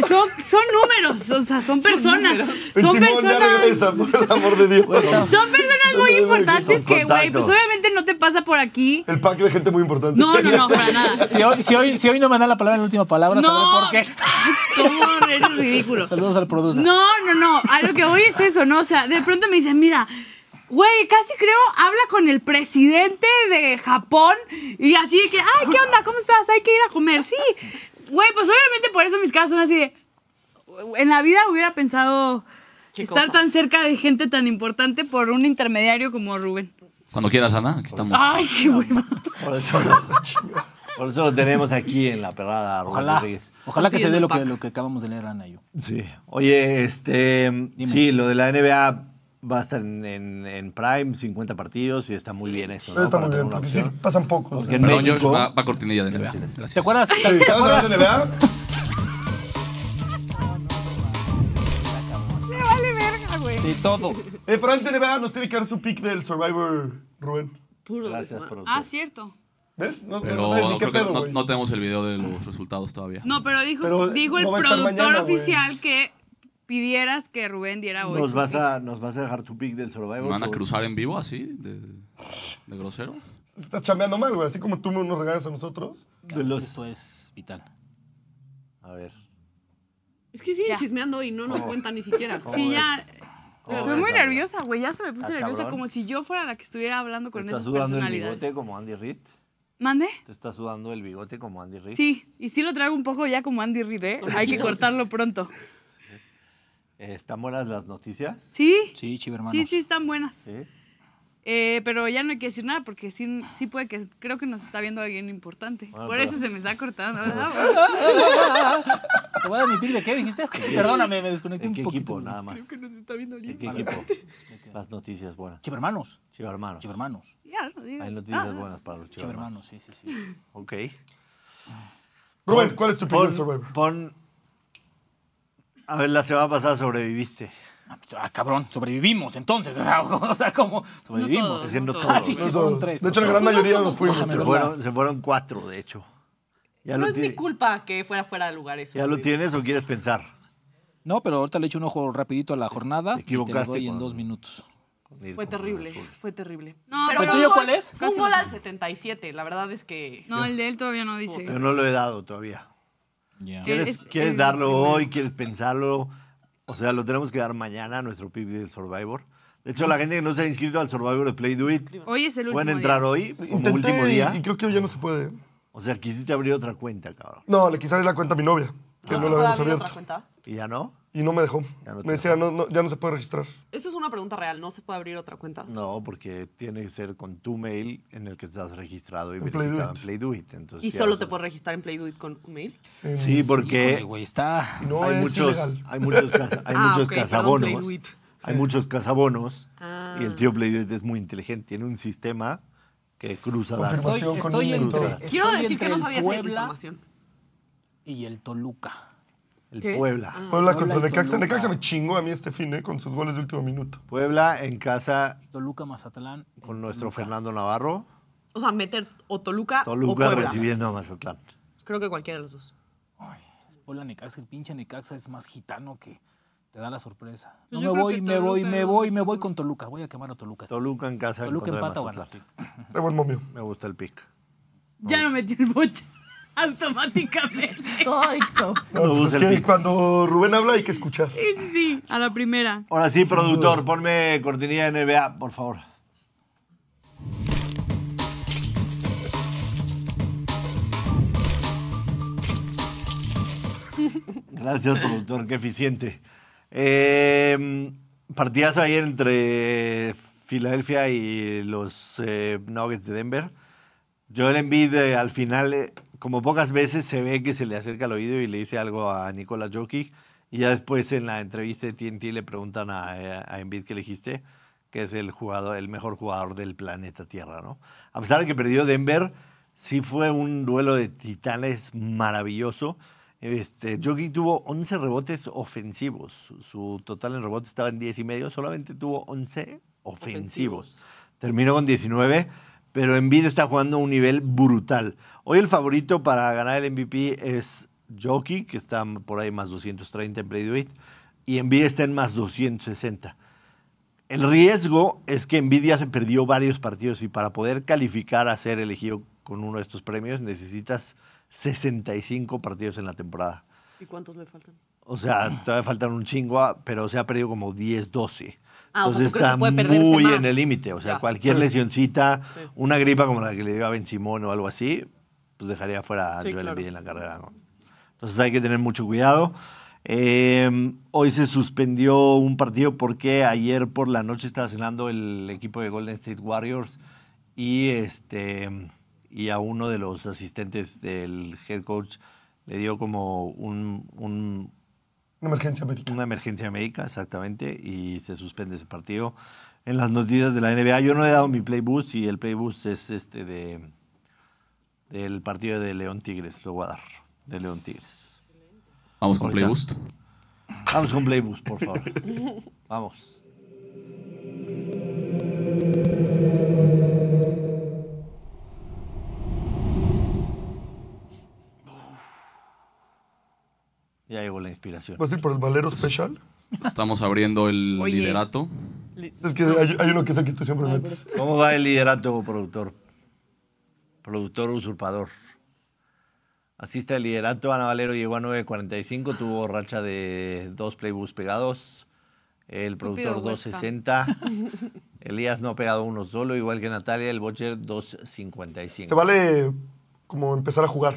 Speaker 2: Son, son números, o sea, son personas.
Speaker 3: El
Speaker 2: Son
Speaker 3: Simón ya regresa,
Speaker 2: personas.
Speaker 3: por el amor de Dios.
Speaker 2: Son personas muy importantes que, güey, pues
Speaker 1: contactos.
Speaker 2: obviamente no te pasa por aquí.
Speaker 3: El pack de gente muy importante.
Speaker 2: No, no, no, para nada.
Speaker 4: Si hoy, si, hoy, si hoy no me dan la palabra en la última palabra,
Speaker 2: No.
Speaker 4: sabré por qué.
Speaker 2: ¿Cómo eres ridículo?
Speaker 4: Saludos al producer.
Speaker 2: No, no, no. A lo que voy es eso, ¿no? O sea, de pronto me dicen, mira, güey, casi creo, habla con el presidente de Japón y así de que, ay, ¿qué onda? ¿Cómo estás? Hay que ir a comer. Sí. Güey, pues obviamente por eso mis caras son así de. En la vida hubiera pensado
Speaker 5: Qué
Speaker 2: estar
Speaker 5: cosas.
Speaker 2: tan cerca de gente tan importante por un intermediario como Rubén.
Speaker 6: Cuando quieras, Ana, aquí estamos.
Speaker 2: Ay, qué hueva.
Speaker 1: Por eso, lo, por eso lo tenemos aquí en la perrada. Rubén
Speaker 4: Ojalá,
Speaker 1: Rodríguez.
Speaker 4: ojalá que se dé lo que,
Speaker 5: Pidiendo
Speaker 4: lo que acabamos de leer, Ana y yo.
Speaker 1: Sí. Oye, este. Sí, lo de la NBA va a estar en, en- en Prime, 50 partidos, y está muy bien eso. ¿no?
Speaker 3: Está
Speaker 1: Para
Speaker 3: muy
Speaker 1: tener
Speaker 3: bien,
Speaker 1: una
Speaker 3: porque sí
Speaker 1: opción.
Speaker 3: pasan pocos. ¿eh?
Speaker 1: Porque en
Speaker 6: Perdón, yo
Speaker 1: México-
Speaker 6: va, va cortinilla de NBA. Gracias.
Speaker 4: ¿Te acuerdas?
Speaker 3: Sí,
Speaker 4: ¿Te
Speaker 3: ¿Sabes
Speaker 4: acuerdas?
Speaker 3: hablar de NBA?
Speaker 4: De todo.
Speaker 3: Eh, pero antes de NBA nos tiene que dar su pick del Survivor, Rubén.
Speaker 5: Puro
Speaker 1: Gracias,
Speaker 5: desmadre.
Speaker 1: productor.
Speaker 2: Ah, cierto.
Speaker 3: ¿Ves? No, no- no sabes
Speaker 6: Pero
Speaker 3: ni qué
Speaker 6: creo que
Speaker 3: pedo,
Speaker 6: no,
Speaker 3: güey.
Speaker 6: no tenemos el video de los resultados todavía.
Speaker 2: No, pero dijo,
Speaker 3: Pero
Speaker 2: dijo el
Speaker 3: no va a estar
Speaker 2: productor
Speaker 3: mañana, güey.
Speaker 2: oficial que pidieras que Rubén diera hoy.
Speaker 1: Nos
Speaker 2: su
Speaker 1: vas,
Speaker 2: pick.
Speaker 1: a, nos vas a dejar tu pick del
Speaker 6: ¿Me
Speaker 1: Survivor.
Speaker 6: van a
Speaker 1: sobre-
Speaker 6: cruzar en vivo así? ¿De, de grosero?
Speaker 3: Estás chambeando mal, güey. Así como tú nos regalas a nosotros.
Speaker 1: de los-
Speaker 4: Esto es vital.
Speaker 1: A ver.
Speaker 5: Es que siguen
Speaker 2: Ya.
Speaker 5: chismeando y no
Speaker 1: Oh.
Speaker 5: nos cuentan ni siquiera.
Speaker 2: Sí, ya.
Speaker 1: ¿Cómo
Speaker 2: Estoy
Speaker 1: ves,
Speaker 2: muy
Speaker 1: Sandra?
Speaker 2: nerviosa, güey. Ya hasta me puse
Speaker 1: Ah,
Speaker 2: nerviosa
Speaker 1: cabrón.
Speaker 2: como si yo fuera la que estuviera hablando
Speaker 1: ¿Te
Speaker 2: con
Speaker 1: está
Speaker 2: esas
Speaker 1: sudando el bigote
Speaker 2: personalidades.
Speaker 1: como Andy Reid?
Speaker 2: ¿Mande?
Speaker 1: ¿Te está sudando el bigote como Andy Reid?
Speaker 2: Sí, y sí lo traigo un poco ya como Andy Reid, ¿eh? Hay que cortarlo pronto.
Speaker 1: Eh, ¿Están buenas las noticias?
Speaker 2: ¿Sí?
Speaker 4: Sí, chivo hermanos.
Speaker 2: Sí, sí, están buenas.
Speaker 1: Sí.
Speaker 2: Eh, pero ya no hay que decir nada porque sí, sí puede que creo que nos está viendo alguien importante.
Speaker 1: Bueno,
Speaker 2: Por
Speaker 1: pero-
Speaker 2: eso se me está cortando. ¿verdad?
Speaker 4: ¿Te voy a dar mi pick de qué dijiste? Perdóname, me desconecté
Speaker 1: ¿En
Speaker 4: un
Speaker 1: qué
Speaker 4: poquito.
Speaker 1: equipo? Nada más.
Speaker 5: Creo que nos está viendo
Speaker 1: ¿En
Speaker 5: alguien.
Speaker 1: qué equipo? Las noticias buenas.
Speaker 4: Chivermanos.
Speaker 1: Chiva hermano.
Speaker 4: Chivermanos.
Speaker 2: ya, no digas.
Speaker 1: Hay noticias
Speaker 2: Ah,
Speaker 1: buenas para los chivas.
Speaker 4: Chivermanos, sí, sí, sí.
Speaker 1: Ok.
Speaker 3: Rubén, ¿cuál es tu opinión
Speaker 1: Pon,
Speaker 3: de Survivor?
Speaker 1: pon- A ver, la semana pasada sobreviviste.
Speaker 4: Ah, pues, ah, cabrón, sobrevivimos entonces. O sea, o sea, ¿cómo?
Speaker 5: todos,
Speaker 4: Sobrevivimos.
Speaker 5: no
Speaker 1: Haciendo
Speaker 5: todos.
Speaker 1: todo.
Speaker 4: Ah, sí,
Speaker 3: Los
Speaker 4: se
Speaker 3: dos.
Speaker 4: fueron tres.
Speaker 3: De hecho, la gran mayoría nos fuimos.
Speaker 1: Se fueron, se fueron cuatro, de hecho. Ya
Speaker 5: No
Speaker 1: lo
Speaker 5: es mi
Speaker 1: tiene-
Speaker 5: culpa que fuera fuera de lugar eso.
Speaker 1: ¿Ya lo
Speaker 5: güey.
Speaker 1: tienes o quieres pensar?
Speaker 4: No, pero ahorita le echo un ojo rapidito a la jornada
Speaker 1: Te
Speaker 4: y te lo
Speaker 1: equivocaste
Speaker 4: doy en
Speaker 1: cuando-
Speaker 4: dos minutos.
Speaker 5: Fue terrible, fue terrible.
Speaker 2: No,
Speaker 5: Pero
Speaker 4: ¿El
Speaker 5: fue un
Speaker 4: tuyo
Speaker 5: gol-
Speaker 4: cuál es?
Speaker 5: Fue un gol al 77, la verdad es que...
Speaker 2: No, el de él todavía no dice.
Speaker 1: Yo no lo he dado todavía.
Speaker 4: Ya.
Speaker 2: ¿Qué?
Speaker 1: ¿Quieres,
Speaker 2: Es-
Speaker 1: quieres
Speaker 2: es-
Speaker 1: darlo hoy? ¿Quieres pensarlo? O sea, lo tenemos que dar mañana, nuestro PIB del Survivor. De hecho, la gente que no se ha inscrito al Survivor de Play Do It,
Speaker 2: Hoy es el último.
Speaker 1: pueden entrar
Speaker 2: día.
Speaker 1: hoy como
Speaker 3: Intenté
Speaker 1: último
Speaker 3: y-
Speaker 1: día.
Speaker 3: Y, creo que ya no se puede.
Speaker 1: O sea, quisiste abrir otra cuenta, cabrón.
Speaker 3: No, le quise abrir la cuenta a mi novia, que no,
Speaker 5: ¿No se
Speaker 3: la
Speaker 5: puede
Speaker 3: habíamos
Speaker 5: abrir Ah, otra
Speaker 3: abierto.
Speaker 5: cuenta?
Speaker 1: ¿Y ya no?
Speaker 3: Y no me dejó.
Speaker 1: Ya no te
Speaker 3: me decía, no, no, ya no se puede registrar.
Speaker 5: Eso es una pregunta real, no se puede abrir otra cuenta.
Speaker 1: No, porque tiene que ser con tu mail en el que estás registrado y
Speaker 3: En Play Do
Speaker 1: verificado
Speaker 3: It.
Speaker 1: en Play Do It. Entonces,
Speaker 5: Y
Speaker 1: ya
Speaker 5: solo
Speaker 1: vas a-
Speaker 5: te puedes registrar en Playduit con un mail.
Speaker 1: Sí, porque
Speaker 4: Híjole, güey, está.
Speaker 3: Y Eh, No
Speaker 1: hay,
Speaker 3: es
Speaker 1: muchos,
Speaker 3: ilegal.
Speaker 1: hay muchos, casa- hay
Speaker 5: Ah,
Speaker 1: muchos
Speaker 5: ok, perdón,
Speaker 1: cazabonos.
Speaker 5: Play Do It.
Speaker 1: Hay muchos cazabonos.
Speaker 5: Ah.
Speaker 1: Y el tío Playduit es muy inteligente. Tiene un sistema que cruza datos.
Speaker 4: Estoy,
Speaker 3: Información con
Speaker 4: estoy entre,
Speaker 1: Mendoza.
Speaker 4: estoy
Speaker 5: Quiero decir
Speaker 4: entre
Speaker 5: que no
Speaker 4: el
Speaker 5: sabía esa
Speaker 4: Puebla
Speaker 5: información.
Speaker 4: y el Toluca.
Speaker 1: El
Speaker 5: ¿Qué? Ah.
Speaker 1: Puebla.
Speaker 3: Puebla
Speaker 4: Puebla
Speaker 3: contra
Speaker 4: y
Speaker 3: Necaxa.
Speaker 4: Toluca.
Speaker 3: Necaxa me chingó a mí este fin, ¿eh? Con sus goles de último minuto.
Speaker 1: Puebla en casa
Speaker 4: Toluca, Mazatlán.
Speaker 1: con
Speaker 4: el
Speaker 1: nuestro
Speaker 4: Toluca.
Speaker 1: Fernando Navarro.
Speaker 5: O sea, meter o Toluca, o
Speaker 1: Toluca
Speaker 5: Puebla.
Speaker 1: recibiendo a Mazatlán.
Speaker 5: Creo que cualquiera de los dos.
Speaker 4: Puebla, Necaxa. El pinche Necaxa es más gitano que te da la sorpresa.
Speaker 2: Pues
Speaker 4: No me
Speaker 2: yo creo
Speaker 4: voy,
Speaker 2: que
Speaker 4: me voy,
Speaker 2: Toluca
Speaker 4: me
Speaker 2: es
Speaker 4: voy,
Speaker 2: más
Speaker 4: me voy
Speaker 2: seguro.
Speaker 4: con Toluca. Voy a quemar a Toluca.
Speaker 1: Toluca en casa
Speaker 4: Toluca
Speaker 1: en
Speaker 4: empata
Speaker 1: contra
Speaker 4: o
Speaker 1: de
Speaker 4: gana.
Speaker 1: Mazatlán.
Speaker 3: De buen momio.
Speaker 1: Me gusta el pick.
Speaker 2: Ya no metió el boche automáticamente.
Speaker 5: Correcto.
Speaker 3: No,
Speaker 1: No,
Speaker 3: pues
Speaker 1: pues
Speaker 3: es
Speaker 1: el
Speaker 3: que
Speaker 1: pick.
Speaker 3: cuando Rubén habla hay que escuchar.
Speaker 2: Sí, sí, sí. A la primera.
Speaker 1: Ahora sí, productor, ponme cortinilla de NBA, por favor. Gracias, productor, qué eficiente. Eh, partidazo ayer entre Filadelfia y los eh, Nuggets de Denver. Joel Embiid eh, al final, eh, como pocas veces, se ve que se le acerca al oído y le dice algo a Nikola Jokic. Y ya después en la entrevista de TNT le preguntan a, eh, a Embiid que elegiste, que es el, jugador, el mejor jugador del planeta Tierra, ¿no? A pesar de que perdió Denver, sí fue un duelo de titanes maravilloso. Este, Jokic tuvo 11 rebotes ofensivos. Su, su total en rebotes estaba en 10 y medio. Solamente tuvo 11 ofensivos. Terminó con 19, pero Embiid está jugando a un nivel brutal. Hoy el favorito para ganar el MVP es Jokic, que está por ahí más 230 en Play Do It, y Embiid está en más 260. El riesgo es que Embiid ya se perdió varios partidos y para poder calificar a ser elegido con uno de estos premios necesitas 65 partidos en la temporada.
Speaker 5: ¿Y cuántos le faltan?
Speaker 1: O sea, todavía faltan un chingo, ah, pero se ha perdido como 10, 12.
Speaker 5: Ah, o sea,
Speaker 1: Entonces
Speaker 5: ¿tú crees que
Speaker 1: está
Speaker 5: puede perderse
Speaker 1: muy
Speaker 5: más?
Speaker 1: en el límite. O sea,
Speaker 5: Ya.
Speaker 1: cualquier lesioncita,
Speaker 5: Sí.
Speaker 1: una gripa como la que le dio a Ben Simón o algo así, pues dejaría fuera a
Speaker 5: Sí,
Speaker 1: Joel
Speaker 5: claro.
Speaker 1: Embiid en la carrera. ¿no? Entonces hay que tener mucho cuidado. Eh, hoy se suspendió un partido porque ayer por la noche estaba cenando el equipo de Golden State Warriors y este y a uno de los asistentes del head coach le dio como un- un,
Speaker 3: Una emergencia médica.
Speaker 1: una emergencia médica, exactamente, y se suspende ese partido. En las noticias de la NBA, yo no he dado mi play boost y el play boost es este de del partido de León Tigres, lo voy a dar, de León Tigres.
Speaker 6: Vamos con
Speaker 1: Ahorita.
Speaker 6: Playboost.
Speaker 1: Vamos con play boost, por favor. Vamos. Ya llegó la inspiración.
Speaker 3: ¿Vas a ir por el Valero Special?
Speaker 6: Estamos abriendo el
Speaker 2: Oye.
Speaker 6: liderato.
Speaker 3: Es que hay, hay uno que es el que tú siempre metes.
Speaker 1: ¿Cómo va el liderato, productor? Productor usurpador. Así está el liderato. Ana Valero llegó a 9.45, tuvo racha de dos playbooks pegados. El productor
Speaker 2: Huesca.
Speaker 1: 2.60. Elías no ha pegado uno solo, igual que Natalia. El Bocher
Speaker 3: Se
Speaker 1: 2.55.
Speaker 3: vale como empezar a jugar,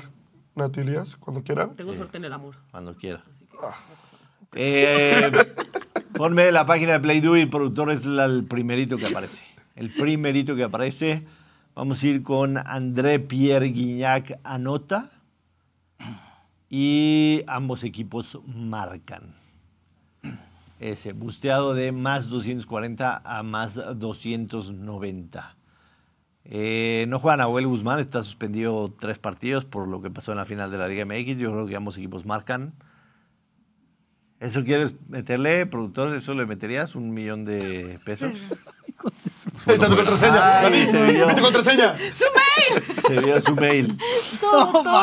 Speaker 3: Nati Elías, cuando quiera.
Speaker 5: Tengo suerte en el amor.
Speaker 1: Cuando quiera. Eh, Ponme la página de Playdo y productor es la- el primerito que aparece. El primerito que aparece. Vamos a ir con André Pierre Guignac anota. Y ambos equipos marcan. Ese, busteado de más 240 a más 290. Eh, no juega Nahuel Guzmán, está suspendido tres partidos por lo que pasó en la final de la Liga MX. Yo creo que ambos equipos marcan. ¿Eso quieres meterle, productor? ¿Eso le meterías un millón de pesos?
Speaker 3: Ahí está tu contraseña.
Speaker 1: Ay,
Speaker 3: David,
Speaker 1: se vio.
Speaker 3: ¿y tu contraseña?
Speaker 1: Se vio su mail.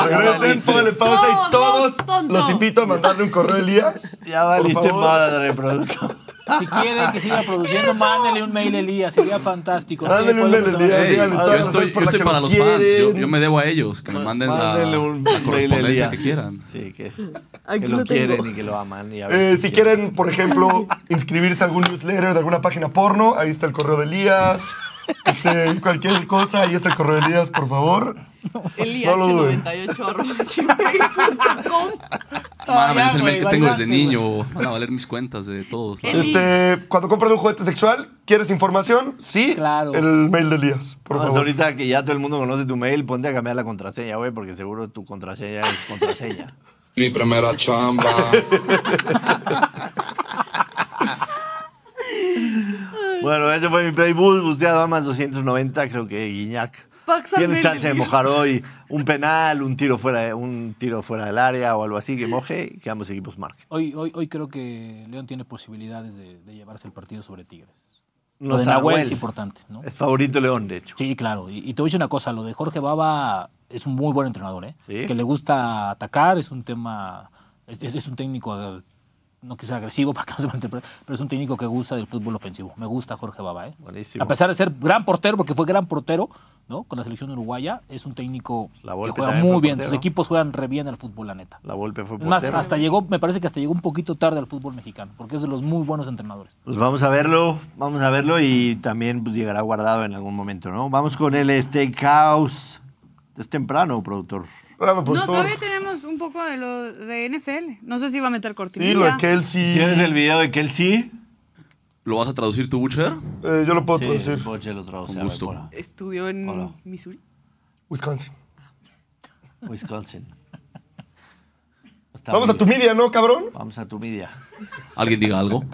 Speaker 3: Regresen, pónganle pausa y todos los invito a mandarle un correo a Elías.
Speaker 1: Ya
Speaker 3: Por
Speaker 1: valiste
Speaker 3: favor.
Speaker 1: madre, productor.
Speaker 4: Si quiere que siga produciendo, mándele un mail a Elías, sería fantástico.
Speaker 3: Mándele un mail a
Speaker 4: Puede pasar-
Speaker 3: Elías.
Speaker 6: Ey,
Speaker 3: díganle
Speaker 6: yo
Speaker 3: todas las
Speaker 6: estoy,
Speaker 3: razones por
Speaker 6: yo
Speaker 3: las
Speaker 6: estoy
Speaker 3: que lo
Speaker 6: para los fans, yo,
Speaker 3: quieren.
Speaker 6: yo me debo a ellos, que me manden la,
Speaker 1: Mándenle un
Speaker 6: la
Speaker 1: mail a
Speaker 6: correspondencia
Speaker 1: Elías.
Speaker 6: que quieran.
Speaker 1: Sí, que,
Speaker 5: Aquí
Speaker 1: que lo
Speaker 5: lo tengo.
Speaker 1: quieren y que lo aman. y a ver
Speaker 3: Eh, si quieren, por ejemplo, inscribirse a algún newsletter de alguna página porno, ahí está el correo de Elías. Este, cualquier cosa, ahí está el correo de Elías, por favor.
Speaker 5: Elías
Speaker 3: No lo duden.
Speaker 5: 98 arroba gmail.com.
Speaker 6: Mames, es el
Speaker 4: güey,
Speaker 6: mail que tengo
Speaker 4: bailaste,
Speaker 6: desde niño. Van a valer mis cuentas de todos. la
Speaker 5: Eli.
Speaker 6: verdad.
Speaker 3: Este, cuando compren un juguete sexual, ¿quieres información? Sí,
Speaker 4: Claro.
Speaker 3: el mail de Elías, por
Speaker 1: Vamos,
Speaker 3: favor.
Speaker 1: ahorita que ya todo el mundo conoce tu mail, ponte a cambiar la contraseña, güey, porque seguro tu contraseña es contraseña.
Speaker 7: Mi primera chamba.
Speaker 1: bueno, ese fue mi playbook, busteado a más 290, creo que Guiñac.
Speaker 2: Pásame
Speaker 1: Tiene chance de
Speaker 2: el-
Speaker 1: mojar hoy un penal, un tiro fuera, de- un tiro fuera del área o algo así que moje y que ambos equipos marquen.
Speaker 4: Hoy, hoy, hoy creo que León tiene posibilidades de, de llevarse el partido sobre Tigres.
Speaker 1: No
Speaker 4: lo de
Speaker 1: está
Speaker 4: Nahuel, es
Speaker 1: Nahuel.
Speaker 4: importante, ¿no?
Speaker 1: Es favorito León, de hecho.
Speaker 4: Sí, claro. Y, y te voy a decir una cosa, lo de Jorge Baba es un muy buen entrenador, ¿eh?
Speaker 1: Sí.
Speaker 4: Que le gusta atacar, es un tema, es, es- es un técnico, eh, no que sea agresivo para que no se malinterprete, pero es un técnico que gusta del fútbol ofensivo. Me gusta Jorge Baba, ¿eh?
Speaker 1: Buenísimo.
Speaker 4: A pesar de ser gran portero, porque fue gran portero, ¿no? Con la selección uruguaya, es un técnico
Speaker 1: La
Speaker 4: que
Speaker 1: Volpe
Speaker 4: juega
Speaker 1: también fue
Speaker 4: muy bien.
Speaker 1: portero.
Speaker 4: Sus equipos juegan re bien al fútbol, la neta.
Speaker 1: La Volpe fue
Speaker 4: Es más,
Speaker 1: portero.
Speaker 4: hasta llegó, me parece que hasta llegó un poquito tarde al fútbol mexicano, porque es de los muy buenos entrenadores.
Speaker 1: Pues vamos a verlo, vamos a verlo y también pues, llegará guardado en algún momento, ¿no? Vamos con el Steakhouse. Es temprano, productor.
Speaker 3: Rama, por
Speaker 2: No,
Speaker 3: favor.
Speaker 2: todavía tenemos un poco de lo de NFL. No sé si va a meter cortinilla.
Speaker 3: Sí, lo de Kelsey.
Speaker 1: ¿Tienes el video de Kelsey?
Speaker 6: ¿Lo vas a traducir tú, Butcher?
Speaker 3: Eh, yo lo puedo traducir.
Speaker 1: Poche lo traduce.
Speaker 6: Con
Speaker 1: a ver,
Speaker 6: gusto.
Speaker 1: por
Speaker 5: Estudió en
Speaker 1: Hola.
Speaker 5: Missouri.
Speaker 3: Wisconsin.
Speaker 1: Wisconsin. Está
Speaker 3: Vamos a
Speaker 1: muy
Speaker 3: tu
Speaker 1: bien.
Speaker 3: media, ¿no, cabrón?
Speaker 1: Vamos a tu media.
Speaker 6: ¿Alguien diga algo?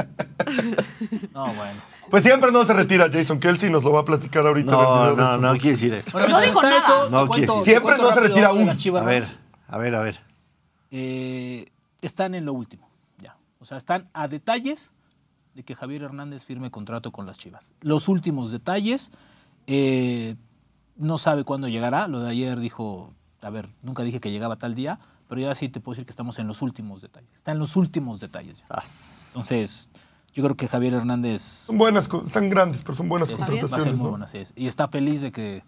Speaker 4: No, bueno.
Speaker 3: Pues siempre no se retira Jason Kelsey, nos lo va a platicar ahorita. en
Speaker 1: No,
Speaker 3: el video
Speaker 1: no,
Speaker 3: de
Speaker 1: no quiere decir eso.
Speaker 4: Bueno, mientras
Speaker 5: dijo
Speaker 4: está
Speaker 5: nada.
Speaker 4: te
Speaker 1: No,
Speaker 4: cuento-
Speaker 1: quiere decir-
Speaker 4: te
Speaker 3: Siempre
Speaker 4: cuento
Speaker 3: no se
Speaker 4: rápido
Speaker 3: retira
Speaker 4: de las
Speaker 3: aún.
Speaker 4: Chivas
Speaker 1: A ver,
Speaker 4: Rayadas.
Speaker 1: a ver, a ver.
Speaker 4: Eh, están en lo último, ya. O sea, están a detalles de que Javier Hernández firme contrato con las Chivas. Los últimos detalles, eh, no sabe cuándo llegará. Lo de ayer dijo, a ver, nunca dije que llegaba tal día, pero ya sí te puedo decir que estamos en los últimos detalles. Está en los últimos detalles. ya.
Speaker 1: Sas.
Speaker 4: Entonces, yo creo que Javier Hernández
Speaker 3: Son buenas, co- están grandes, pero son buenas
Speaker 4: Sí, sí, Va a ser
Speaker 3: contrataciones.
Speaker 4: muy
Speaker 3: ¿no?
Speaker 4: bueno, así es. Y está feliz de que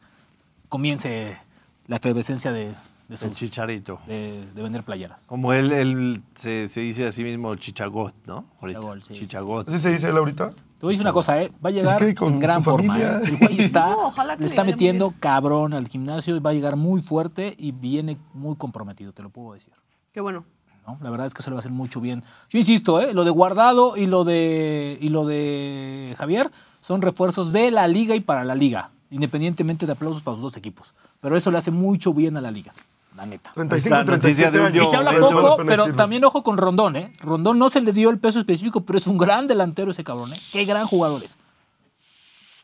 Speaker 4: comience la efervescencia de, de,
Speaker 1: El
Speaker 4: sus-
Speaker 1: chicharito.
Speaker 4: de- de vender playeras.
Speaker 1: Como él, él se, se dice a sí mismo chichagot, ¿no? Ahorita.
Speaker 4: Chichagot, sí, sí, sí.
Speaker 1: Chichagot.
Speaker 3: ¿Así se dice él ahorita?
Speaker 4: Te voy a decir una cosa, ¿eh? Va a llegar
Speaker 3: que con
Speaker 4: en gran
Speaker 3: su
Speaker 4: forma.
Speaker 3: familia.
Speaker 4: ¿eh? El güey está,
Speaker 5: No, ojalá que
Speaker 4: le
Speaker 5: le
Speaker 4: está
Speaker 5: vaya muy
Speaker 4: metiendo cabrón al gimnasio y va a llegar muy fuerte y viene muy comprometido, te lo puedo decir.
Speaker 5: Qué bueno.
Speaker 4: ¿no? La verdad es que se le va a hacer mucho bien. Yo insisto, ¿eh? lo de Guardado y lo de, y lo de Javier son refuerzos de la liga y para la liga, independientemente de aplausos para sus dos equipos. Pero eso le hace mucho bien a la liga, la neta.
Speaker 3: 35,
Speaker 1: Ahí está, noticia
Speaker 3: 37
Speaker 1: de un
Speaker 3: años.
Speaker 4: Y se habla
Speaker 3: Vale la
Speaker 4: poco,
Speaker 3: pena
Speaker 4: pero
Speaker 3: decirlo.
Speaker 4: también ojo con Rondón, ¿eh? Rondón no se le dio el peso específico, pero es un gran delantero ese cabrón, ¿eh? Qué gran jugador es.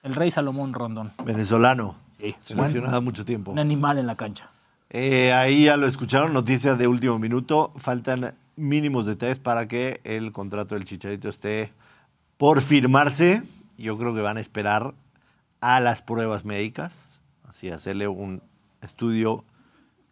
Speaker 4: El rey Salomón Rondón.
Speaker 1: Venezolano.
Speaker 4: Sí.
Speaker 1: Seleccionado mucho tiempo.
Speaker 4: Un animal en la cancha.
Speaker 1: Eh, ahí ya lo escucharon, noticias de último minuto. Faltan mínimos detalles para que el contrato del Chicharito esté por firmarse. Yo creo que van a esperar a las pruebas médicas, así hacerle un estudio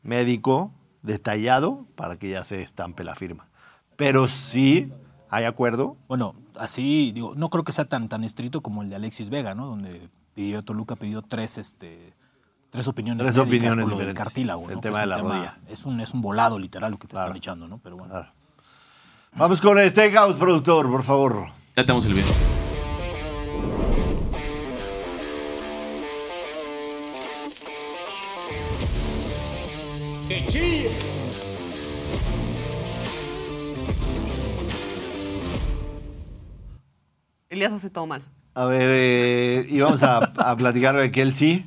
Speaker 1: médico detallado para que ya se estampe la firma. Pero sí hay acuerdo.
Speaker 4: Bueno, así, digo, no creo que sea tan, tan estricto como el de Alexis Vega, ¿no? Donde pidió Toluca, pidió tres, este, tres opiniones.
Speaker 1: Tres
Speaker 4: médicas
Speaker 1: opiniones
Speaker 4: por lo del
Speaker 1: diferentes.
Speaker 4: cartílago,
Speaker 1: El
Speaker 4: ¿no?
Speaker 1: tema
Speaker 4: Que es
Speaker 1: de la
Speaker 4: un
Speaker 1: rodilla.
Speaker 4: Es un, es un volado literal lo que te
Speaker 1: Claro.
Speaker 4: están echando, ¿no? Pero bueno.
Speaker 1: Vamos con el Steakhouse, productor, por favor.
Speaker 6: Ya tenemos el video.
Speaker 5: Elías hace todo mal.
Speaker 1: A ver, eh, y vamos a, a platicar de Kelsey.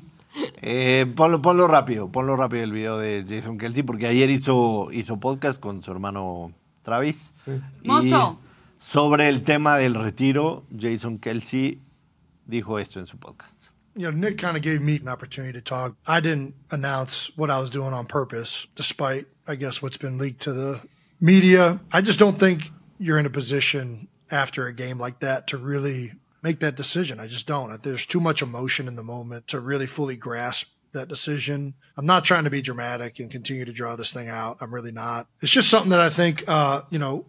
Speaker 1: Eh, ponlo, ponlo rápido, ponlo rápido el video de Jason Kelsey, porque ayer hizo, hizo podcast con su hermano Travis. Y
Speaker 2: Mozo.
Speaker 1: Sobre el tema del retiro, Jason Kelsey dijo esto en su podcast.
Speaker 8: you know, Nick kind of gave me an opportunity to talk. I didn't announce what I was doing on purpose, despite, I guess, what's been leaked to the media. I just don't think you're in a position after a game like that to really make that decision. I just don't. There's too much emotion in the moment to really fully grasp that decision. I'm not trying to be dramatic and continue to draw this thing out. I'm really not. It's just something that I think, uh, you know,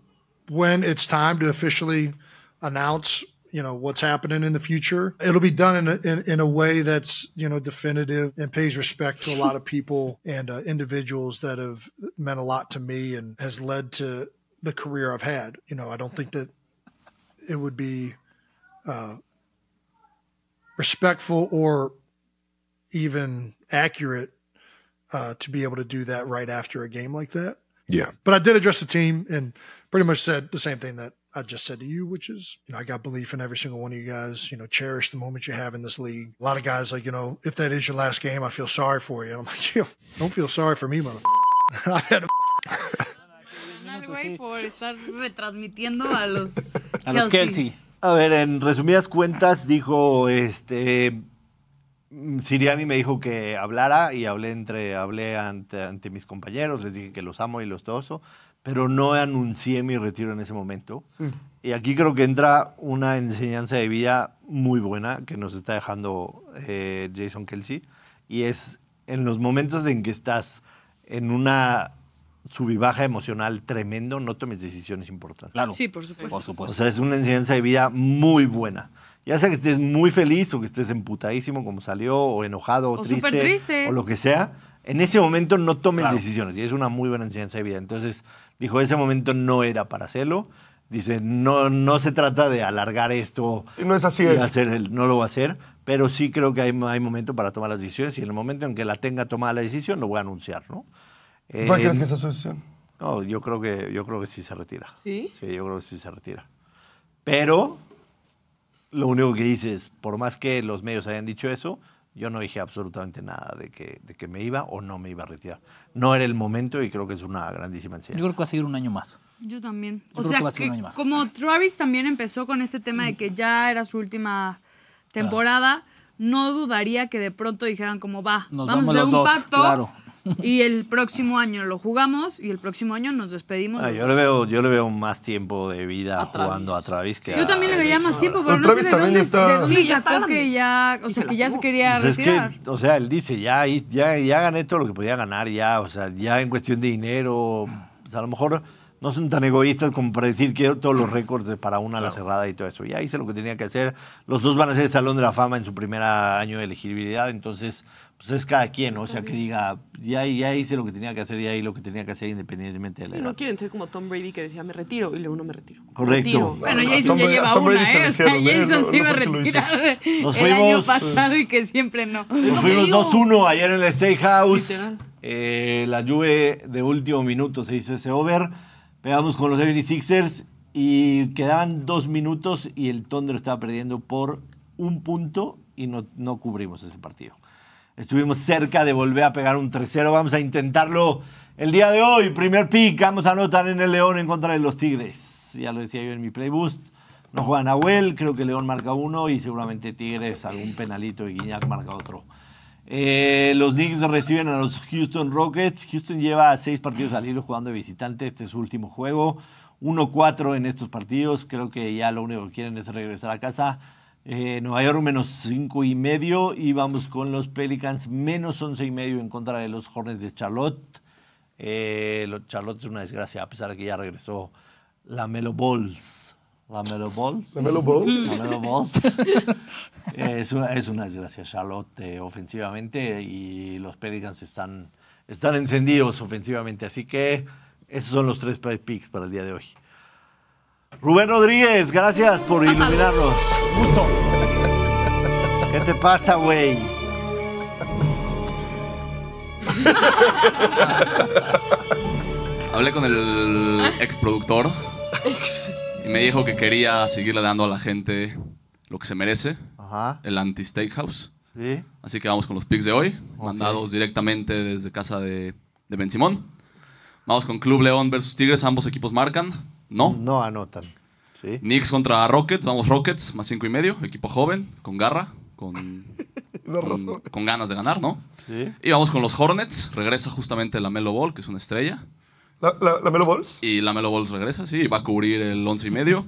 Speaker 8: when it's time to officially announce you know what's happening in the future it'll be done in a, in, in a way that's you know definitive and pays respect to a lot of people and uh, individuals that have meant a lot to me and has led to the career i've had you know i don't think that it would be uh, respectful or even accurate uh, to be able to do that right after a game like that
Speaker 7: Yeah.
Speaker 8: but I did address the team and pretty much said the same thing that I just said to you, which is, you know, I got belief in every single one of you guys. You know, cherish the moment you have in this league. A lot of guys like, you know, if that is your last game, I feel sorry for you. And I'm like, yo, don't feel sorry for me, mother. I've had a
Speaker 2: Al güey por estar retransmitiendo a los
Speaker 4: A los Kelsey.
Speaker 1: A ver, en resumidas cuentas, dijo este. mm, Siriani me dijo que hablara y hablé entre hablé ante, ante mis compañeros, les dije que los amo y los toso, pero no anuncié mi retiro en ese momento. Y aquí creo que entra una enseñanza de vida muy buena que nos está dejando eh, Jason Kelsey, y es en los momentos en que estás en una subibaja emocional tremendo, no tomes decisiones importantes.
Speaker 4: Claro.
Speaker 2: Sí, por supuesto.
Speaker 1: O
Speaker 4: Por
Speaker 3: Pues
Speaker 4: supuesto.
Speaker 1: sea, es una enseñanza de vida muy buena. Ya sea que estés muy feliz o que estés emputadísimo como salió, o enojado, o,
Speaker 2: O
Speaker 1: triste,
Speaker 2: supertriste.
Speaker 1: o lo que sea, en ese momento no tomes
Speaker 4: Claro.
Speaker 1: decisiones. Y es una muy buena enseñanza de vida. Entonces, dijo, ese momento no era para hacerlo. Dice, no, no se trata de alargar esto
Speaker 3: Sí, no es así. eh.
Speaker 1: y
Speaker 3: él.
Speaker 1: hacer el- no lo va a hacer, pero sí creo que hay, hay momento para tomar las decisiones y en el momento en que la tenga tomada la decisión lo voy a anunciar, ¿no? Eh,
Speaker 3: ¿Cuál crees que sea su decisión?
Speaker 1: no, yo creo que, yo creo que sí se retira.
Speaker 5: ¿Sí?
Speaker 1: Sí, yo creo que sí se retira. Pero lo único que dice es, por más que los medios hayan dicho eso, yo no dije absolutamente nada de que, de que me iba o no me iba a retirar. No era el momento y creo que es una grandísima
Speaker 4: Yo
Speaker 1: enseñanza.
Speaker 4: creo que va a seguir un año más.
Speaker 2: Yo también. o
Speaker 4: creo que
Speaker 2: sea,
Speaker 4: va a ser
Speaker 2: que
Speaker 4: un año más.
Speaker 2: como Travis también empezó con este tema de que ya era su última temporada, no dudaría que de pronto dijeran como va,
Speaker 4: Nos
Speaker 2: vamos,
Speaker 4: vamos
Speaker 2: a hacer
Speaker 4: los
Speaker 2: un
Speaker 4: dos,
Speaker 2: pacto
Speaker 4: claro.
Speaker 2: y el próximo año lo jugamos y el próximo año nos despedimos.
Speaker 1: Ah,
Speaker 2: los
Speaker 1: yo,
Speaker 2: dos.
Speaker 1: le veo, yo le veo más tiempo de vida
Speaker 5: A Travis.
Speaker 1: jugando a Travis que
Speaker 2: Yo
Speaker 1: a
Speaker 2: también le veía más
Speaker 1: Jason.
Speaker 2: tiempo, pero
Speaker 3: Pero
Speaker 2: no sé
Speaker 3: Travis
Speaker 2: de
Speaker 3: también
Speaker 2: dónde,
Speaker 3: está-
Speaker 2: de dónde
Speaker 5: Sí, ya está
Speaker 2: sacó
Speaker 5: grande.
Speaker 2: que ya, o
Speaker 5: Y
Speaker 2: sea,
Speaker 5: se
Speaker 2: que ya
Speaker 5: lastimó.
Speaker 2: se quería
Speaker 1: Pues es
Speaker 2: retirar.
Speaker 1: que, o sea, él dice, ya, hi- ya, ya gané todo lo que podía ganar, ya, o sea, ya en cuestión de dinero, pues, a lo mejor no son tan egoístas como para decir quiero todos los récords de para una a la cerrada y todo eso. Ya hice lo que tenía que hacer. Los dos van a ser el Salón de la Fama en su primer año de elegibilidad, entonces, pues es cada quien, ¿no? o sea, que diga, ya, ya hice lo que tenía que hacer, ya hice lo que tenía que hacer independientemente de la
Speaker 5: Y
Speaker 1: edad.
Speaker 5: no quieren ser como Tom Brady que decía, me retiro, y luego no me retiro.
Speaker 1: Correcto.
Speaker 5: Retiro.
Speaker 2: Bueno,
Speaker 3: No,
Speaker 2: Jason
Speaker 3: Tom
Speaker 2: ya
Speaker 3: Brady-
Speaker 2: lleva
Speaker 3: Tom Brady
Speaker 2: una,
Speaker 3: se
Speaker 2: ¿eh?
Speaker 3: lo
Speaker 2: O sea,
Speaker 3: hicieron, ¿eh?
Speaker 2: Jason
Speaker 3: No-
Speaker 2: se
Speaker 3: no
Speaker 2: iba a
Speaker 3: fue que lo hizo.
Speaker 2: retirar
Speaker 1: Nos
Speaker 2: el año
Speaker 1: fuimos, pues.
Speaker 2: pasado y que siempre no.
Speaker 1: Nos
Speaker 5: lo que
Speaker 1: fuimos
Speaker 5: digo.
Speaker 1: 2-1 ayer en el Steakhouse.
Speaker 5: Literal.
Speaker 1: Eh, la lluvia de último minuto se hizo ese over. Pegamos con los 76ers y quedaban dos minutos y el Thunder estaba perdiendo por un punto y no, no cubrimos ese partido. Estuvimos cerca de volver a pegar un 3-0. Vamos a intentarlo el día de hoy. Primer pick. Vamos a anotar en el León en contra de los Tigres. Ya lo decía yo en mi playboost. No juega Nahuel. Creo que León marca uno y seguramente Tigres algún penalito y Guiñac marca otro. Eh, los Knicks reciben a los Houston Rockets. Houston lleva seis partidos al hilo jugando de visitante. Este es su último juego. 1-4 en estos partidos. Creo que ya lo único que quieren es regresar a casa. Eh, Nueva York menos 5 y medio. Y vamos con los Pelicans menos 11 y medio en contra de los Hornets de Charlotte. Eh, lo- Charlotte es una desgracia, a pesar de que ya regresó la Melo Balls. La Melo Balls.
Speaker 3: ¿De Melo Ball?
Speaker 1: No veo voz. Eh, es, una, es una desgracia Charlotte eh, ofensivamente y los Pelicans están, están encendidos ofensivamente. Así que esos son los tres picks para el día de hoy. Rubén Rodríguez, gracias por iluminarnos.
Speaker 4: Justo.
Speaker 1: ¿Qué te pasa, güey?
Speaker 6: Hablé con el ex productor y me dijo que quería seguirle dando a la gente lo que se merece,
Speaker 1: Ajá.
Speaker 6: el anti-steakhouse.
Speaker 1: Sí.
Speaker 6: Así que vamos con los picks de hoy, mandados directamente desde casa de, de Ben Simón. Vamos con Club León versus Tigres, ambos equipos marcan. No.
Speaker 1: No anotan. Sí.
Speaker 6: Knicks contra Rockets, vamos Rockets, más cinco y medio, equipo joven, con garra, con,
Speaker 1: Mm.
Speaker 6: con, con ganas de ganar, ¿no?
Speaker 1: Sí.
Speaker 6: Y vamos con los Hornets, regresa justamente la Melo Ball, que es una estrella.
Speaker 3: ¿La, la, la Melo Balls?
Speaker 6: Y la Melo Balls regresa, sí, y va a cubrir el 11 y medio.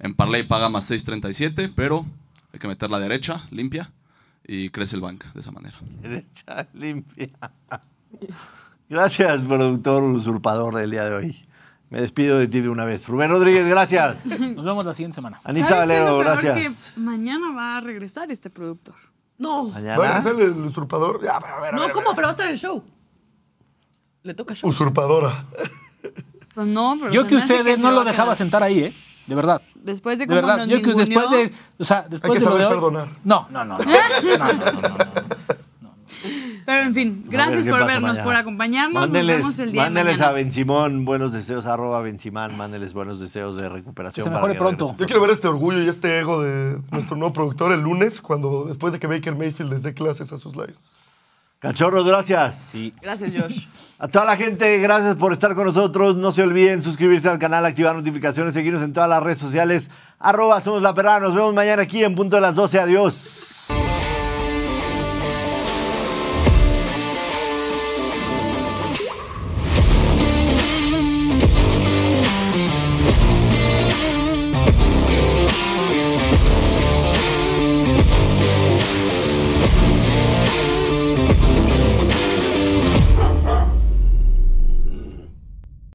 Speaker 6: En Parley paga más 6.37, pero hay que meter la derecha, limpia, y crece el banca de esa manera.
Speaker 1: Derecha limpia. Gracias, productor usurpador del día de hoy. Me despido de ti de una vez. Rubén Rodríguez, gracias.
Speaker 4: Nos vemos la siguiente semana.
Speaker 1: Anita Valero,
Speaker 2: ¿Sabes qué es lo peor?
Speaker 1: gracias.
Speaker 2: Que mañana va a regresar este productor.
Speaker 5: No.
Speaker 3: ¿Va a
Speaker 1: Mañana.
Speaker 3: ser el el usurpador? Ya, a ver, a ver, a
Speaker 5: No,
Speaker 3: ver,
Speaker 5: ¿cómo? Pero va a estar en el show. Le toca show.
Speaker 3: Usurpadora.
Speaker 2: Pues no, pero
Speaker 4: Yo
Speaker 2: se
Speaker 4: que
Speaker 2: me hace
Speaker 4: ustedes
Speaker 2: se
Speaker 4: no
Speaker 2: va
Speaker 4: lo
Speaker 2: a
Speaker 4: dejaba
Speaker 2: quedar.
Speaker 4: sentar ahí, ¿eh? De verdad.
Speaker 2: Después de
Speaker 4: De
Speaker 2: cómo
Speaker 4: verdad.
Speaker 2: nos
Speaker 4: Yo que
Speaker 2: ninguneó,
Speaker 4: después de. O sea, después
Speaker 3: que
Speaker 4: de lo
Speaker 3: saber
Speaker 4: de hoy-
Speaker 3: perdonar.
Speaker 4: No, no, no. no, no, no, no, no, no.
Speaker 2: Pero en fin,
Speaker 1: A ver
Speaker 2: gracias
Speaker 1: qué
Speaker 2: por
Speaker 1: pasa
Speaker 2: vernos,
Speaker 1: mañana.
Speaker 2: por acompañarnos.
Speaker 1: Mándeles,
Speaker 2: Nos vemos el día de
Speaker 1: mándeles
Speaker 2: mañana.
Speaker 1: a Ben Simón buenos deseos, arroba Ben Simán, mándeles buenos deseos de recuperación.
Speaker 4: Que se
Speaker 1: para
Speaker 4: mejore pronto.
Speaker 1: regrese.
Speaker 3: Yo quiero ver este orgullo y este ego de nuestro nuevo productor el lunes, cuando después de que Baker Mayfield les dé clases a sus Lions.
Speaker 1: Cachorros, gracias.
Speaker 5: Gracias, Josh.
Speaker 1: A toda la gente, gracias por estar con nosotros. No se olviden suscribirse al canal, activar notificaciones, seguirnos en todas las redes sociales. Arroba somos la perra. Nos vemos mañana aquí en punto de las 12. Adiós.